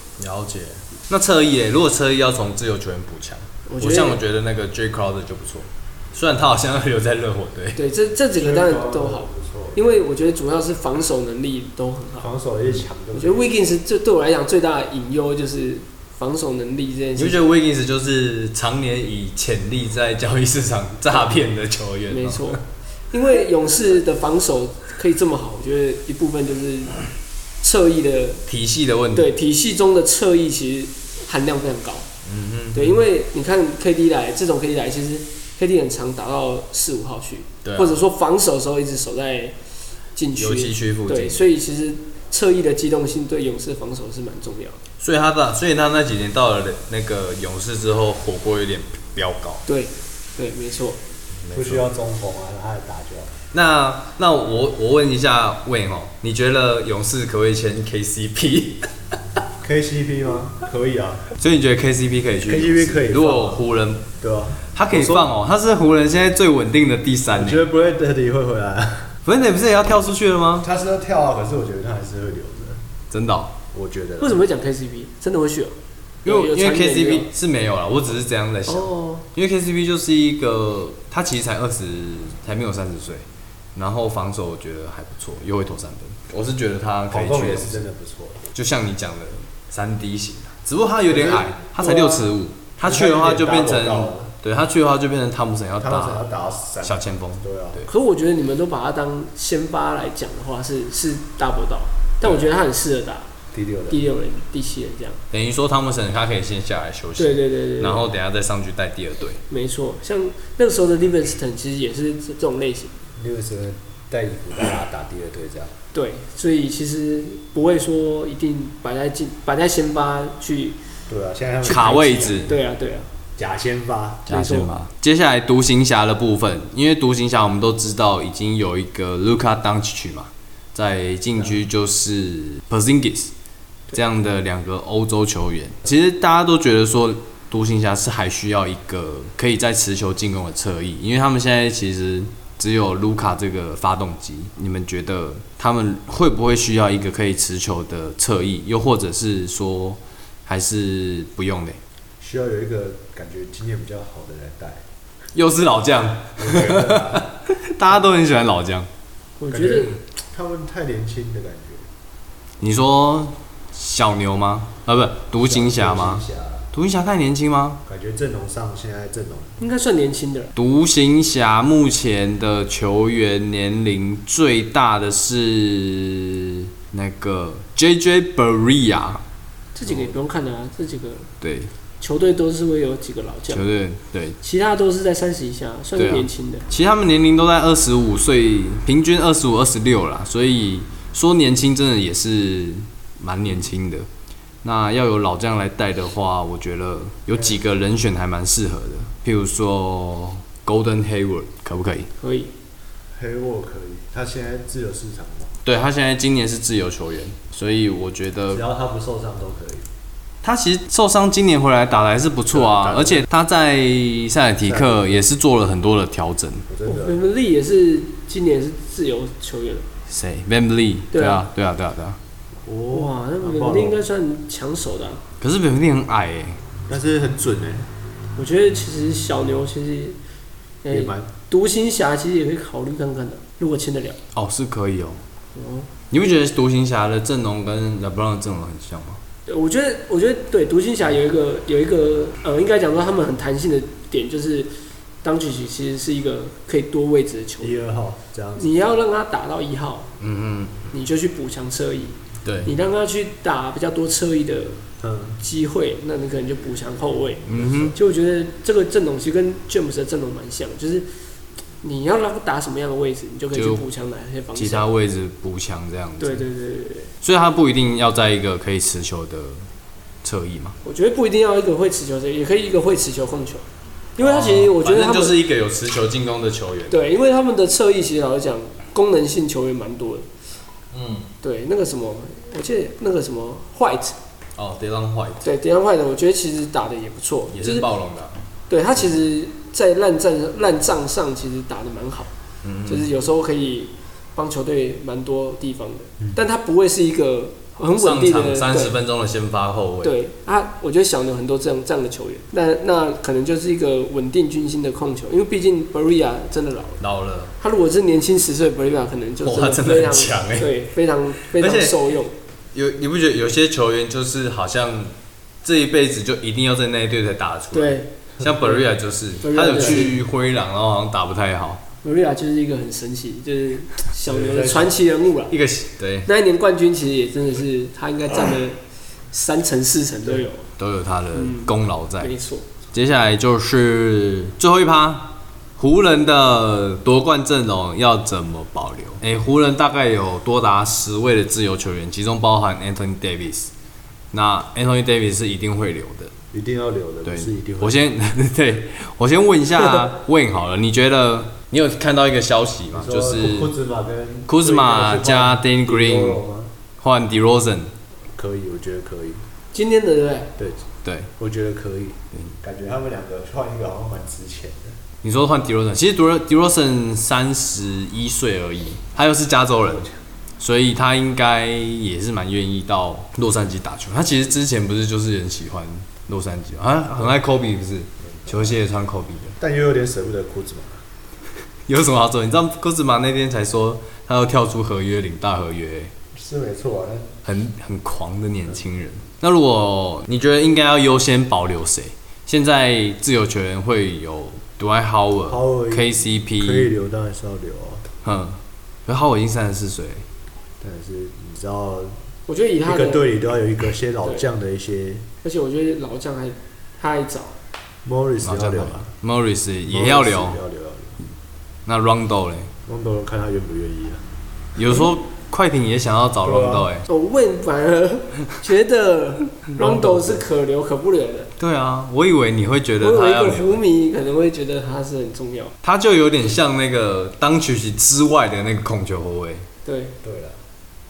[SPEAKER 1] 了解。那侧翼耶，欸如果侧翼要从自由球员补强，
[SPEAKER 3] 我
[SPEAKER 1] 我
[SPEAKER 3] 觉得
[SPEAKER 1] 像我觉得那个 J Crowder 就不错，虽然他好像要留在热火 队，
[SPEAKER 3] 对，这这几个当然都好。
[SPEAKER 2] 不错，
[SPEAKER 3] 因为我觉得主要是防守能力都很好。
[SPEAKER 2] 防守也强，
[SPEAKER 3] 我觉得 Wiggins 这对我来讲最大的隐忧就是防守能力这件
[SPEAKER 1] 你不
[SPEAKER 3] 事
[SPEAKER 1] 觉
[SPEAKER 3] 情。
[SPEAKER 1] 得 Wiggins 就是常年以潜力在交易市场诈骗的球员？
[SPEAKER 3] 没，错，因为勇士的防守可以这么好，我觉得一部分就是侧翼的
[SPEAKER 1] 体系的问题。
[SPEAKER 3] 对体系中的侧翼其实含量非常高。嗯嗯。对，因为你看 KD 来这种 KD 来，其实 KD 很常打到四五号去，
[SPEAKER 1] 对啊
[SPEAKER 3] 或者说防守的时候一直守在禁
[SPEAKER 1] 游戏
[SPEAKER 3] 区。
[SPEAKER 1] 区附
[SPEAKER 3] 对，
[SPEAKER 1] 近，
[SPEAKER 3] 所以其实侧翼的机动性对勇士防守是蛮重要的。
[SPEAKER 1] 所以他的，所以他那几年到了那个勇士之后，火锅有点飙高。
[SPEAKER 3] 对，对，没错。
[SPEAKER 2] 不需要中锋啊，他来打就好。
[SPEAKER 1] 那那我我问一下 Wayne 哦，你觉得勇士可不可以签 KCP？
[SPEAKER 2] KCP 吗？可以啊，
[SPEAKER 1] 所以你觉得 KCP 可以去勇
[SPEAKER 2] KCP
[SPEAKER 1] 士？
[SPEAKER 2] 可以
[SPEAKER 1] 如果
[SPEAKER 2] 放啊
[SPEAKER 1] 湖人
[SPEAKER 2] 对吧？
[SPEAKER 1] 他可以放哦，他是湖人现在最稳定的第三
[SPEAKER 2] 我
[SPEAKER 1] 呢
[SPEAKER 2] 觉。得 Bradley 会回来啊，
[SPEAKER 1] 不是你不是也要跳出去了吗？
[SPEAKER 2] 他是要跳啊，可是我觉得他还是会留着，
[SPEAKER 1] 真的哦、
[SPEAKER 2] 我觉得啦。
[SPEAKER 3] 为什么会讲 KCP？真的会去哦？
[SPEAKER 1] 因为
[SPEAKER 3] 有
[SPEAKER 1] 因为
[SPEAKER 3] 传言有
[SPEAKER 1] KCP 是没有了，我只是这样在想，
[SPEAKER 3] 哦，
[SPEAKER 1] 因为 KCP 就是一个他其实才二十，还没有三十岁，然后防守我觉得还不错，又会投三分，我是觉得他可
[SPEAKER 2] 跑
[SPEAKER 1] 以
[SPEAKER 2] 动
[SPEAKER 1] 去哦
[SPEAKER 2] 也
[SPEAKER 1] 勇
[SPEAKER 2] 是
[SPEAKER 1] 士，
[SPEAKER 2] 真的不错，
[SPEAKER 1] 就像你讲的三 D 型啊，只不过他有点矮，他才六尺五，他去的话就
[SPEAKER 2] 他有点
[SPEAKER 1] 变
[SPEAKER 2] 大
[SPEAKER 1] 成
[SPEAKER 2] 哎我高了，
[SPEAKER 1] 对他去的话就变成汤普森要
[SPEAKER 2] 他们想要
[SPEAKER 1] 打
[SPEAKER 2] 打到三，
[SPEAKER 1] 小前锋，
[SPEAKER 2] 对啊，
[SPEAKER 1] 对
[SPEAKER 3] 可我觉得你们都把他当先发来讲的话，是是 double 到，但我觉得他很适合打
[SPEAKER 2] 第六的
[SPEAKER 3] 第六人、第七人这样。
[SPEAKER 1] 等于说汤普森他可以先下来休息，
[SPEAKER 3] 对对对对，对
[SPEAKER 1] 然后等一下再上去带第二队。
[SPEAKER 3] 没错，像那个时候的 Livingston 其实也是这种类型，
[SPEAKER 2] 六十带伊古达打第二队这样，
[SPEAKER 3] 对，所以其实不会说一定摆在进摆在先发去，
[SPEAKER 2] 对啊，现在他们
[SPEAKER 1] 卡位置，
[SPEAKER 3] 对啊对啊，
[SPEAKER 2] 假先发，
[SPEAKER 1] 加线吧。接下来独行侠的部分，因为独行侠我们都知道已经有一个 Luka Doncic 嘛，在禁区就是 Porzingis 这样的两个欧洲球员，其实大家都觉得说。独行侠是还需要一个可以在持球进攻的侧翼，因为他们现在其实只有卢卡这个发动机。你们觉得他们会不会需要一个可以持球的侧翼，又或者是说还是不用的？
[SPEAKER 2] 需要有一个感觉经验比较好的人带，
[SPEAKER 1] 又是老将，
[SPEAKER 2] 我觉得啊
[SPEAKER 1] 大家都很喜欢老将。
[SPEAKER 3] 我
[SPEAKER 2] 感
[SPEAKER 3] 觉得
[SPEAKER 2] 觉他们太年轻的感觉，
[SPEAKER 1] 你说小牛吗？啊，不，独行侠吗
[SPEAKER 2] 独？行侠
[SPEAKER 1] 独行侠太年轻吗？
[SPEAKER 2] 感觉阵容上现在阵容
[SPEAKER 3] 应该算年轻的了，
[SPEAKER 1] 独行侠目前的球员年龄最大的是那个 J J Barea，
[SPEAKER 3] 这几个也
[SPEAKER 2] 哦
[SPEAKER 3] 不用看的啊，这几个
[SPEAKER 1] 对，
[SPEAKER 3] 球队都是会有几个老将
[SPEAKER 1] 球，队对，
[SPEAKER 3] 其他都是在三十以下，算
[SPEAKER 1] 对
[SPEAKER 3] 是
[SPEAKER 1] 啊
[SPEAKER 3] 年轻的。
[SPEAKER 1] 其实他们年龄都在二十五岁，平均二十五、二十六啦，所以说年轻真的也是蛮年轻的。那要有老将来带的话，我觉得有几个人选还蛮适合的，譬如说 Golden Hayward 可不可以？
[SPEAKER 3] 可以，
[SPEAKER 2] 黑沃可以，他现在自由市场嘛，
[SPEAKER 1] 对他现在今年是自由球员，所以我觉
[SPEAKER 2] 只
[SPEAKER 1] 得
[SPEAKER 2] 要他不受伤都可以。
[SPEAKER 1] 他其实受伤今年回来打的还是不错啊
[SPEAKER 2] 对打，得
[SPEAKER 1] 而且他在塞尔提克也是做了很多的调整。
[SPEAKER 2] 我真
[SPEAKER 3] 我
[SPEAKER 2] 的
[SPEAKER 3] 们利也是今年是自由球员，
[SPEAKER 1] 谁 Van b l e
[SPEAKER 3] 对
[SPEAKER 1] 对
[SPEAKER 3] 啊
[SPEAKER 1] 啊，对啊，对啊，对啊。
[SPEAKER 3] 哦哇，那
[SPEAKER 2] 哦很哦
[SPEAKER 3] 美
[SPEAKER 2] 暴
[SPEAKER 3] 国
[SPEAKER 2] 露
[SPEAKER 3] 队应该算抢手的啊、
[SPEAKER 1] 可是 Van b l e 很矮诶，
[SPEAKER 2] 但是很准哎，
[SPEAKER 3] 我觉得其实小牛其实，哎、
[SPEAKER 2] 也蛮
[SPEAKER 3] 独行侠其实也可以考虑看看的，如果签得了。
[SPEAKER 1] 哦，是可以哦。
[SPEAKER 3] 哦，
[SPEAKER 1] 你不觉得独行侠的阵容跟 LeBron 的阵容很像吗？
[SPEAKER 3] 对我觉得，我觉得对独行侠有一个有一个呃，应该讲说他们很弹性的点就是，当局其实是一个可以多位置的球员，
[SPEAKER 2] 一二号这样子，
[SPEAKER 3] 你要让他打到一号，
[SPEAKER 1] 嗯嗯，
[SPEAKER 3] 你就去补强车翼；
[SPEAKER 1] 对，
[SPEAKER 3] 你让他去打比较多车翼的
[SPEAKER 2] 嗯，
[SPEAKER 3] 机会，那你可能就补强后卫。
[SPEAKER 1] 嗯
[SPEAKER 3] 就我觉得这个阵容其实跟 James 的阵容蛮像，就是你要让他打什么样的位置，你就可以去
[SPEAKER 1] 就
[SPEAKER 3] 补强哪些
[SPEAKER 1] 哼，
[SPEAKER 3] 方
[SPEAKER 1] 其
[SPEAKER 3] 向。
[SPEAKER 1] 他位置补强这样子。
[SPEAKER 3] 对对对对对，
[SPEAKER 1] 所以他不一定要在一个可以持球的侧翼嘛。
[SPEAKER 3] 我觉得不一定要一个会持球的，也可以一个会持球控球，因为他其实我觉得他
[SPEAKER 1] 哦反
[SPEAKER 3] 们、
[SPEAKER 1] 正就是一个有持球进攻的球员。
[SPEAKER 3] 对，因为他们的侧翼其实老实讲，功能性球员蛮多的。
[SPEAKER 1] 嗯，
[SPEAKER 3] 对，那个什么，我记得那个什么 White，
[SPEAKER 1] 哦 d y l a n White
[SPEAKER 3] 对 d i a n White，我觉得其实打的也不错，
[SPEAKER 1] 也
[SPEAKER 3] 就是
[SPEAKER 1] 暴龙的啊、
[SPEAKER 3] 对他其实，在烂战烂仗上其实打的蛮好，
[SPEAKER 1] 嗯
[SPEAKER 3] 就是有时候可以帮球队蛮多地方的，但他不会是一个很稳
[SPEAKER 1] 嗯上
[SPEAKER 3] 定
[SPEAKER 1] 场
[SPEAKER 3] 的
[SPEAKER 1] 三十分钟的先发后卫。
[SPEAKER 3] 对对啊，我觉得小牛很多这样这样的球员，那那可能就是一个稳定军心的控球，因为毕竟 Beria 真的老了，
[SPEAKER 1] 老了，
[SPEAKER 3] 他如果是年轻十岁，Beria 可能就
[SPEAKER 1] 哇
[SPEAKER 3] 真
[SPEAKER 1] 真的
[SPEAKER 3] 非常
[SPEAKER 1] 很强欸
[SPEAKER 3] 对，非常非常
[SPEAKER 1] 而且
[SPEAKER 3] 受用。
[SPEAKER 1] 有你不觉得有些球员就是好像这一辈子就一定要在那一队才打得出来？
[SPEAKER 3] 对
[SPEAKER 1] 像 Beria 就是，
[SPEAKER 3] Berea
[SPEAKER 1] 他有去灰狼，然后好像打不太好。
[SPEAKER 3] ，Beria 就是一个很神奇，就是小牛的传奇人物了。
[SPEAKER 1] 一个对
[SPEAKER 3] 那一年冠军其实也真的是他应该占了
[SPEAKER 1] 啊
[SPEAKER 3] 三成四成都有，
[SPEAKER 1] 都有他的功劳在。
[SPEAKER 2] 嗯
[SPEAKER 3] 没错。
[SPEAKER 1] 接下来就是最后一趴，湖人的夺冠阵容要怎么保留？诶、湖人大概有多达十位的自由球员，其中包含 Anthony Davis。那 Anthony Davis 是一定会留的，
[SPEAKER 2] 一定要留的，
[SPEAKER 1] 对
[SPEAKER 2] 不是一定，
[SPEAKER 1] 我
[SPEAKER 2] 会。
[SPEAKER 1] 先 对我先问一下 问好了，你觉得你有看到一个消息吗？就
[SPEAKER 2] 说
[SPEAKER 1] 是
[SPEAKER 2] 库兹马跟
[SPEAKER 1] Kuzma 加 Dan Green 换 DeRozan，
[SPEAKER 2] 可以，我觉得可以，
[SPEAKER 3] 今天的对不对？
[SPEAKER 2] 对，
[SPEAKER 1] 对，
[SPEAKER 2] 我觉得可以，感觉他们两个换一个好像蛮值钱的，
[SPEAKER 1] 你说换 DeRozan，其实 DeRo- DeRozan 三十一岁而已，他又是加州人，所以他应该也是蛮愿意到洛杉矶打球。他其实之前不是就是很喜欢洛杉矶啊，他很爱 Kobe 不是，球鞋也穿 Kobe 的，
[SPEAKER 2] 但又有点舍不得库兹马，
[SPEAKER 1] 有什么好走？你知道 k u z m a 那天才说他要跳出合约领大合约欸、
[SPEAKER 2] 是没错啊，但
[SPEAKER 1] 很很狂的年轻人。那如果你觉得应该要优先保留谁？现在自由球员会有 Dwight
[SPEAKER 2] Howard
[SPEAKER 1] Howard、
[SPEAKER 2] 可以
[SPEAKER 1] KCP，
[SPEAKER 2] 留当然是要留啊，
[SPEAKER 1] 嗯，可 Howard 已经三十四岁了。
[SPEAKER 2] 但是你知道
[SPEAKER 3] 我觉得以他
[SPEAKER 2] 一个
[SPEAKER 3] 的，
[SPEAKER 2] 队里都要有一个些老将的一些
[SPEAKER 3] 而且我觉得老将还他还早，
[SPEAKER 2] Morris
[SPEAKER 1] 然后
[SPEAKER 2] 要
[SPEAKER 1] 再
[SPEAKER 2] 留
[SPEAKER 1] 留
[SPEAKER 2] 啊，
[SPEAKER 1] Morris 也要
[SPEAKER 2] Morris
[SPEAKER 1] 留
[SPEAKER 2] 也，要留啊，
[SPEAKER 1] 那 Rondo 嘞？
[SPEAKER 2] 汪东看他愿不愿意啊，
[SPEAKER 1] 有时候快艇也想要找
[SPEAKER 2] 对啊
[SPEAKER 1] Rondo 哎，
[SPEAKER 3] 哦我问反而觉 得 Rondo 是可留可不留的。
[SPEAKER 1] 对啊，我以为你会觉
[SPEAKER 3] 我
[SPEAKER 1] 得
[SPEAKER 3] 有
[SPEAKER 1] 他
[SPEAKER 3] 一
[SPEAKER 1] 要
[SPEAKER 3] 个
[SPEAKER 1] 留，
[SPEAKER 3] 湖迷可能会觉得他是很重要，
[SPEAKER 1] 他就有点像那个当曲奇之外的那个控球后卫，
[SPEAKER 3] 对
[SPEAKER 2] 对了，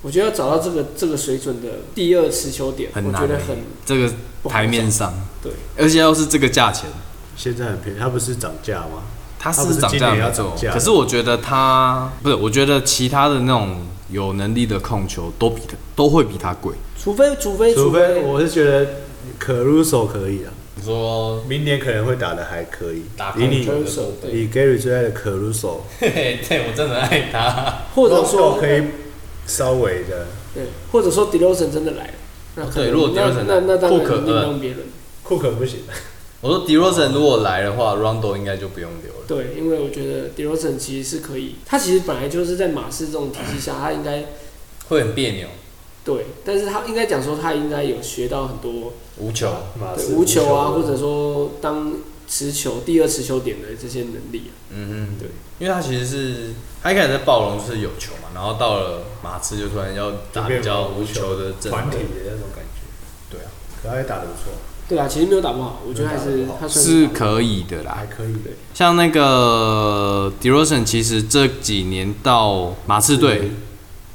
[SPEAKER 3] 我觉得要找到这个这个水准的第二持球点，
[SPEAKER 1] 很
[SPEAKER 3] 我
[SPEAKER 1] 难
[SPEAKER 3] 觉得
[SPEAKER 1] 欸
[SPEAKER 3] 很
[SPEAKER 1] 这个
[SPEAKER 3] 不好
[SPEAKER 1] 台面上，
[SPEAKER 3] 对，
[SPEAKER 1] 而且要是这个价钱，
[SPEAKER 2] 现在很便宜，他不是涨价吗？
[SPEAKER 1] 他
[SPEAKER 2] 他不
[SPEAKER 1] 是
[SPEAKER 2] 是
[SPEAKER 1] 涨
[SPEAKER 2] 今
[SPEAKER 1] 价
[SPEAKER 2] 年要
[SPEAKER 1] 没错
[SPEAKER 2] 涨价，
[SPEAKER 1] 可是我觉得他不是，我觉得其他的那种有能力的控球都比他都会比他贵。
[SPEAKER 3] 除非除非
[SPEAKER 2] 除非
[SPEAKER 3] 非
[SPEAKER 2] 我是觉得可入手可以啊，
[SPEAKER 1] 你说
[SPEAKER 2] 明年可能会打的还可以
[SPEAKER 1] 打，
[SPEAKER 2] 以你
[SPEAKER 3] Caruso，对
[SPEAKER 2] 以 Gary 最爱的可入手，
[SPEAKER 1] 嘿嘿，对我真的爱他，
[SPEAKER 3] 或者说
[SPEAKER 2] 可以稍微的，
[SPEAKER 3] 对，或者说 d e l o s o n 真的来了，那可能
[SPEAKER 1] 对如果
[SPEAKER 3] 那
[SPEAKER 1] DeRozan
[SPEAKER 3] 那那当
[SPEAKER 1] 库克
[SPEAKER 3] 然另
[SPEAKER 1] 呃
[SPEAKER 3] 当别论。
[SPEAKER 2] 库克不行，
[SPEAKER 1] 我说 d e r o z a n 如果来的话，Rondo 应该就不用留了。
[SPEAKER 3] 对，因为我觉得 d e r o s o n 其实是可以，他其实本来就是在马刺这种体系下，他应该
[SPEAKER 1] 会很别扭，
[SPEAKER 3] 对，但是他应该讲说他应该有学到很多
[SPEAKER 1] 无球。
[SPEAKER 2] 马
[SPEAKER 3] 对
[SPEAKER 2] 刺
[SPEAKER 3] 无球啊，或
[SPEAKER 2] 的
[SPEAKER 3] 者说当持球第二持球点的这些能力、啊。
[SPEAKER 1] 嗯嗯，
[SPEAKER 3] 对，
[SPEAKER 1] 因为他其实是他一开始在暴龙就是有球嘛，然后到了马刺就突然要打比较无球的阵
[SPEAKER 2] 团体
[SPEAKER 1] 容，
[SPEAKER 2] 的那种感觉，
[SPEAKER 1] 对啊，
[SPEAKER 2] 可他也打的不错，
[SPEAKER 3] 对啊，其实没有打不好，我觉得还
[SPEAKER 2] 没
[SPEAKER 3] 是
[SPEAKER 2] 有打不好
[SPEAKER 3] 他算
[SPEAKER 1] 是
[SPEAKER 3] 打得好
[SPEAKER 1] 可以的啦
[SPEAKER 2] 还。可以的，
[SPEAKER 1] 像那个 d e r o s o n 其实这几年到马刺队，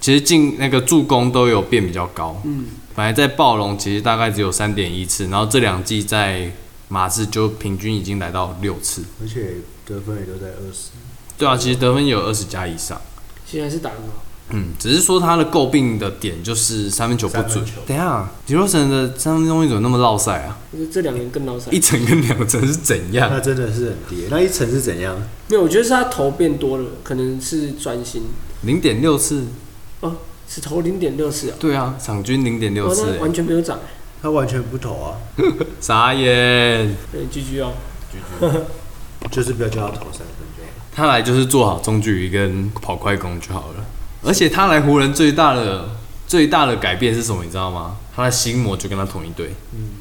[SPEAKER 1] 其实进那个助攻都有变比较高。
[SPEAKER 3] 嗯，
[SPEAKER 1] 本来在暴龙其实大概只有三点一次，然后这两季在马刺就平均已经来到六次。
[SPEAKER 2] 而且得分也都在二十，
[SPEAKER 1] 对啊，其实得分有二十加以上。
[SPEAKER 3] 现在是打得很好。
[SPEAKER 1] 嗯，只是说他的诟病的点就是三分球不
[SPEAKER 2] 三
[SPEAKER 1] 准
[SPEAKER 2] 分球。
[SPEAKER 1] 等一下，迪罗神的三分钟怎么那么落赛啊？
[SPEAKER 3] 我觉得这两年更闹赛
[SPEAKER 1] 一。层跟两层是怎样？
[SPEAKER 2] 那真的是很低。那一层是怎样？
[SPEAKER 3] 没有，我觉得是他头变多了，可能是专心
[SPEAKER 1] 零点六次，
[SPEAKER 3] 哦，是投零点六四啊，
[SPEAKER 1] 对啊，场均零点六
[SPEAKER 3] 哦，
[SPEAKER 1] 次
[SPEAKER 9] 哎
[SPEAKER 3] 那，完全没有涨欸，
[SPEAKER 2] 他完全不投啊，
[SPEAKER 1] 傻眼。
[SPEAKER 3] 对，G G 哦，
[SPEAKER 2] 就是不要叫他投三分就好。
[SPEAKER 1] 他来就是做好中距离跟跑快攻就好了。而且他来湖人最大的最大的改变是什么？你知道吗？他的心魔就跟他同一队，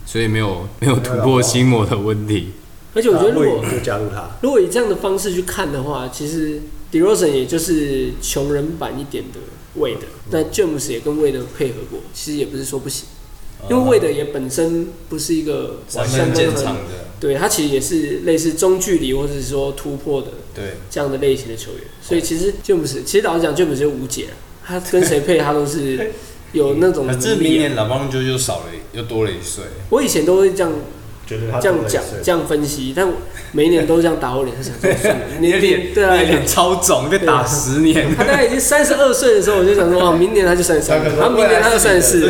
[SPEAKER 1] 所以没有没有突破心魔的问题。
[SPEAKER 3] 而且我觉得如
[SPEAKER 2] 那
[SPEAKER 3] 果
[SPEAKER 2] 我也就加入他，
[SPEAKER 3] 如果以这样的方式去看的话，其实 d e r o s e n 也就是穷人版一点的魏德，
[SPEAKER 9] 嗯
[SPEAKER 3] 那 James 也跟魏德配合过，其实也不是说不行，因为魏德也本身不是一个
[SPEAKER 9] 哦三分
[SPEAKER 3] 相
[SPEAKER 9] 建
[SPEAKER 3] 当
[SPEAKER 9] 厂
[SPEAKER 3] 很，
[SPEAKER 9] 的，
[SPEAKER 3] 对他其实也是类似中距离或者是说突破的
[SPEAKER 9] 对，
[SPEAKER 3] 这样的类型的球员，所以其实 James 其实老实讲 James 就无解了，啊他跟谁配他都是有那种
[SPEAKER 9] 可是
[SPEAKER 3] 能
[SPEAKER 9] 明
[SPEAKER 3] 力啊。
[SPEAKER 9] 年老帮就又少了，又多了一岁。
[SPEAKER 3] 我以前都会这样
[SPEAKER 2] 觉得他
[SPEAKER 3] 这样
[SPEAKER 2] 投
[SPEAKER 3] 讲
[SPEAKER 2] 了一岁
[SPEAKER 3] 这样分析，但我每一年都这样打我脸，想说算了，你对 啊，
[SPEAKER 9] 你的脸超肿，被打十年。
[SPEAKER 3] 他大概已经三十二岁的时候，我就想说，哦，明年他就三十三，然后明年他就三十四，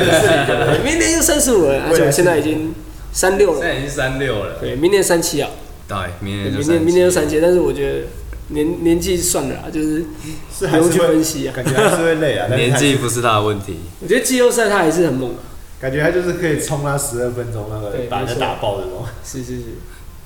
[SPEAKER 3] 明年就三十五了，而且我现在已经三六
[SPEAKER 9] 现
[SPEAKER 3] 了，
[SPEAKER 9] 在已经三六了，
[SPEAKER 3] 对，明年三七啊，
[SPEAKER 1] 对，明
[SPEAKER 3] 对
[SPEAKER 1] 年就
[SPEAKER 3] 明年
[SPEAKER 1] 37
[SPEAKER 3] 明年就三七，但是我觉得年年纪算了啊，就是
[SPEAKER 2] 是
[SPEAKER 3] 不
[SPEAKER 2] 还
[SPEAKER 3] 用
[SPEAKER 2] 是
[SPEAKER 3] 去分
[SPEAKER 2] 会
[SPEAKER 3] 析啊。
[SPEAKER 2] 感觉还是会累啊，但是
[SPEAKER 1] 年
[SPEAKER 2] 他
[SPEAKER 1] 纪不是他的问题。
[SPEAKER 3] 我觉得季后赛他还是很猛啊，
[SPEAKER 2] 感觉他就是可以冲他十二分钟那
[SPEAKER 3] 对
[SPEAKER 2] 个把
[SPEAKER 3] 没
[SPEAKER 2] 人
[SPEAKER 3] 错
[SPEAKER 2] 打爆的那种。
[SPEAKER 3] 是是是，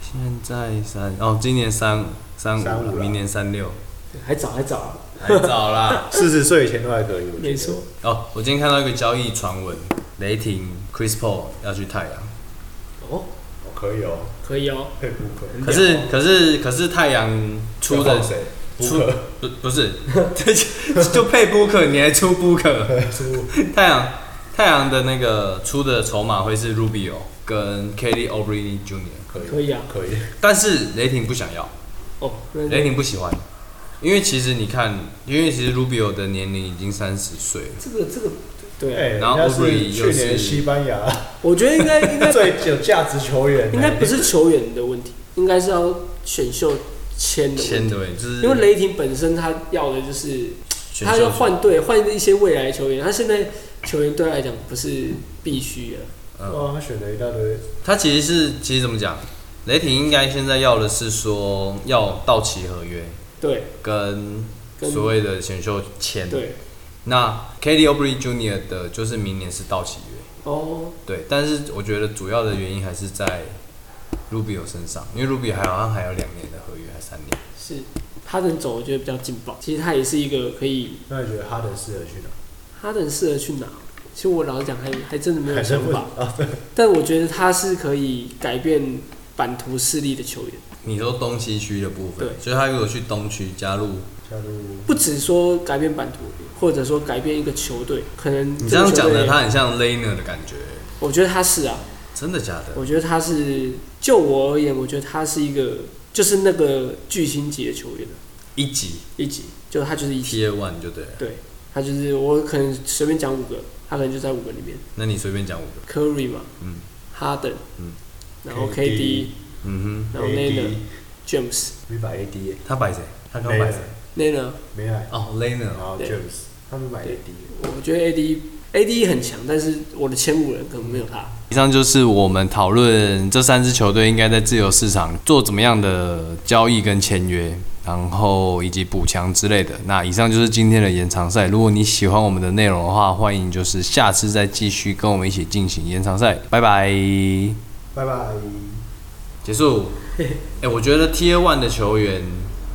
[SPEAKER 1] 现在三哦，今年三三
[SPEAKER 2] 三五
[SPEAKER 1] 五，
[SPEAKER 2] 了
[SPEAKER 1] 明年三六，
[SPEAKER 3] 对还早还早啊，
[SPEAKER 9] 还早啦。
[SPEAKER 3] 呃
[SPEAKER 2] 四十岁以前都还可以，我觉
[SPEAKER 3] 没
[SPEAKER 2] 得。
[SPEAKER 3] 错，
[SPEAKER 1] 哦，我今天看到一个交易传闻，雷霆 Chris Paul 要去太阳，
[SPEAKER 3] 哦，
[SPEAKER 2] 哦可以哦，
[SPEAKER 3] 可以哦，
[SPEAKER 2] 佩服可以。
[SPEAKER 1] 可是可是可是太阳出
[SPEAKER 2] 要
[SPEAKER 1] 的
[SPEAKER 2] 放谁？
[SPEAKER 1] 出不不是， 就配 Booker，你还出 Booker？太阳太阳的那个出的筹码会是 Rubio 跟 Kelly Obrey Jr.，
[SPEAKER 2] 可以
[SPEAKER 3] 可以啊
[SPEAKER 2] 可以。
[SPEAKER 1] 但是雷霆不想要，
[SPEAKER 3] 哦，那
[SPEAKER 1] 雷霆不喜欢，因为其实你看，因为其实 Rubio 的年龄已经三十岁了，
[SPEAKER 3] 这个这个，对啊，
[SPEAKER 2] 哎，
[SPEAKER 1] 然后
[SPEAKER 2] 人家是
[SPEAKER 1] Aubrey 又
[SPEAKER 2] 去
[SPEAKER 1] 是
[SPEAKER 2] 年西班牙
[SPEAKER 3] 我觉得应该应该
[SPEAKER 2] 最有价值球员，欸嗯
[SPEAKER 3] 应该不是球员的问题，应该是要选秀签的问题
[SPEAKER 1] 签对，就是
[SPEAKER 3] 因为雷霆本身他要的就是
[SPEAKER 1] 选
[SPEAKER 3] 他
[SPEAKER 1] 秀
[SPEAKER 3] 要换队，换一些未来球员。他现在球员对他来讲不是必须的，
[SPEAKER 2] 哇，他选了一大堆，
[SPEAKER 1] 他其实是其实怎么讲，雷霆应该现在要的是说要到期合约
[SPEAKER 3] 对
[SPEAKER 1] 跟
[SPEAKER 3] 跟
[SPEAKER 1] 所谓的选秀签，
[SPEAKER 3] 对
[SPEAKER 1] 那 k d Obrey Jr. 的就是明年是到期约，
[SPEAKER 3] 哦，
[SPEAKER 1] 对，但是我觉得主要的原因还是在 Rubio 身上，因为 Rubio 还好像还有两年的合约，还三年。
[SPEAKER 3] 是哈登走，我觉得比较劲爆。其实他也是一个可以，
[SPEAKER 2] 那你觉得哈登适合去哪？
[SPEAKER 3] 哈登适合去哪？其实我老实讲还还真的没有
[SPEAKER 2] 还是
[SPEAKER 3] 想
[SPEAKER 2] 不
[SPEAKER 3] 法，
[SPEAKER 2] 啊？
[SPEAKER 3] 但我觉得他是可以改变版图势力的球员。
[SPEAKER 1] 你说东西区的部分，
[SPEAKER 3] 对
[SPEAKER 1] 所以他如果去东区加入，
[SPEAKER 2] 加入
[SPEAKER 3] 不只说改变版图，或者说改变一个球队，可能
[SPEAKER 1] 你这样讲的，
[SPEAKER 3] 的
[SPEAKER 1] 他，很像 Laner 的感觉，
[SPEAKER 3] 我觉得他是啊，
[SPEAKER 1] 真的假的？
[SPEAKER 3] 我觉得他是，就我而言，我觉得他是一个，就是那个巨星级的球员了啊
[SPEAKER 1] 一级
[SPEAKER 3] 一级，就他就是一级，
[SPEAKER 1] Tier One 就对了，
[SPEAKER 3] 对他就是我可能随便讲五个，他可能就在五个里面
[SPEAKER 1] 那你随便讲五个，
[SPEAKER 3] ，Curry 嘛，
[SPEAKER 1] 嗯，
[SPEAKER 3] 哈登，
[SPEAKER 1] 嗯，
[SPEAKER 3] 然后 KD，
[SPEAKER 2] KD
[SPEAKER 1] 嗯
[SPEAKER 3] 然后
[SPEAKER 2] AD，
[SPEAKER 3] Nana，James，Nana，
[SPEAKER 2] 没买 AD，耶
[SPEAKER 1] 哼，他摆谁？他刚摆谁？
[SPEAKER 2] 没买，
[SPEAKER 1] 哦，Laner
[SPEAKER 2] 然
[SPEAKER 1] 哦，
[SPEAKER 2] 后
[SPEAKER 3] 对
[SPEAKER 2] James，他们买 AD 耶。
[SPEAKER 3] 我觉得 AD。A D 很强，但是我的前五人可能没有他。
[SPEAKER 1] 以上就是我们讨论这三支球队应该在自由市场做怎么样的交易跟签约，然后以及补强之类的。那以上就是今天的延长赛。如果你喜欢我们的内容的话，欢迎就是下次再继续跟我们一起进行延长赛。拜拜，
[SPEAKER 2] 拜拜。
[SPEAKER 1] 结束。哎、我觉得 T A One 的球员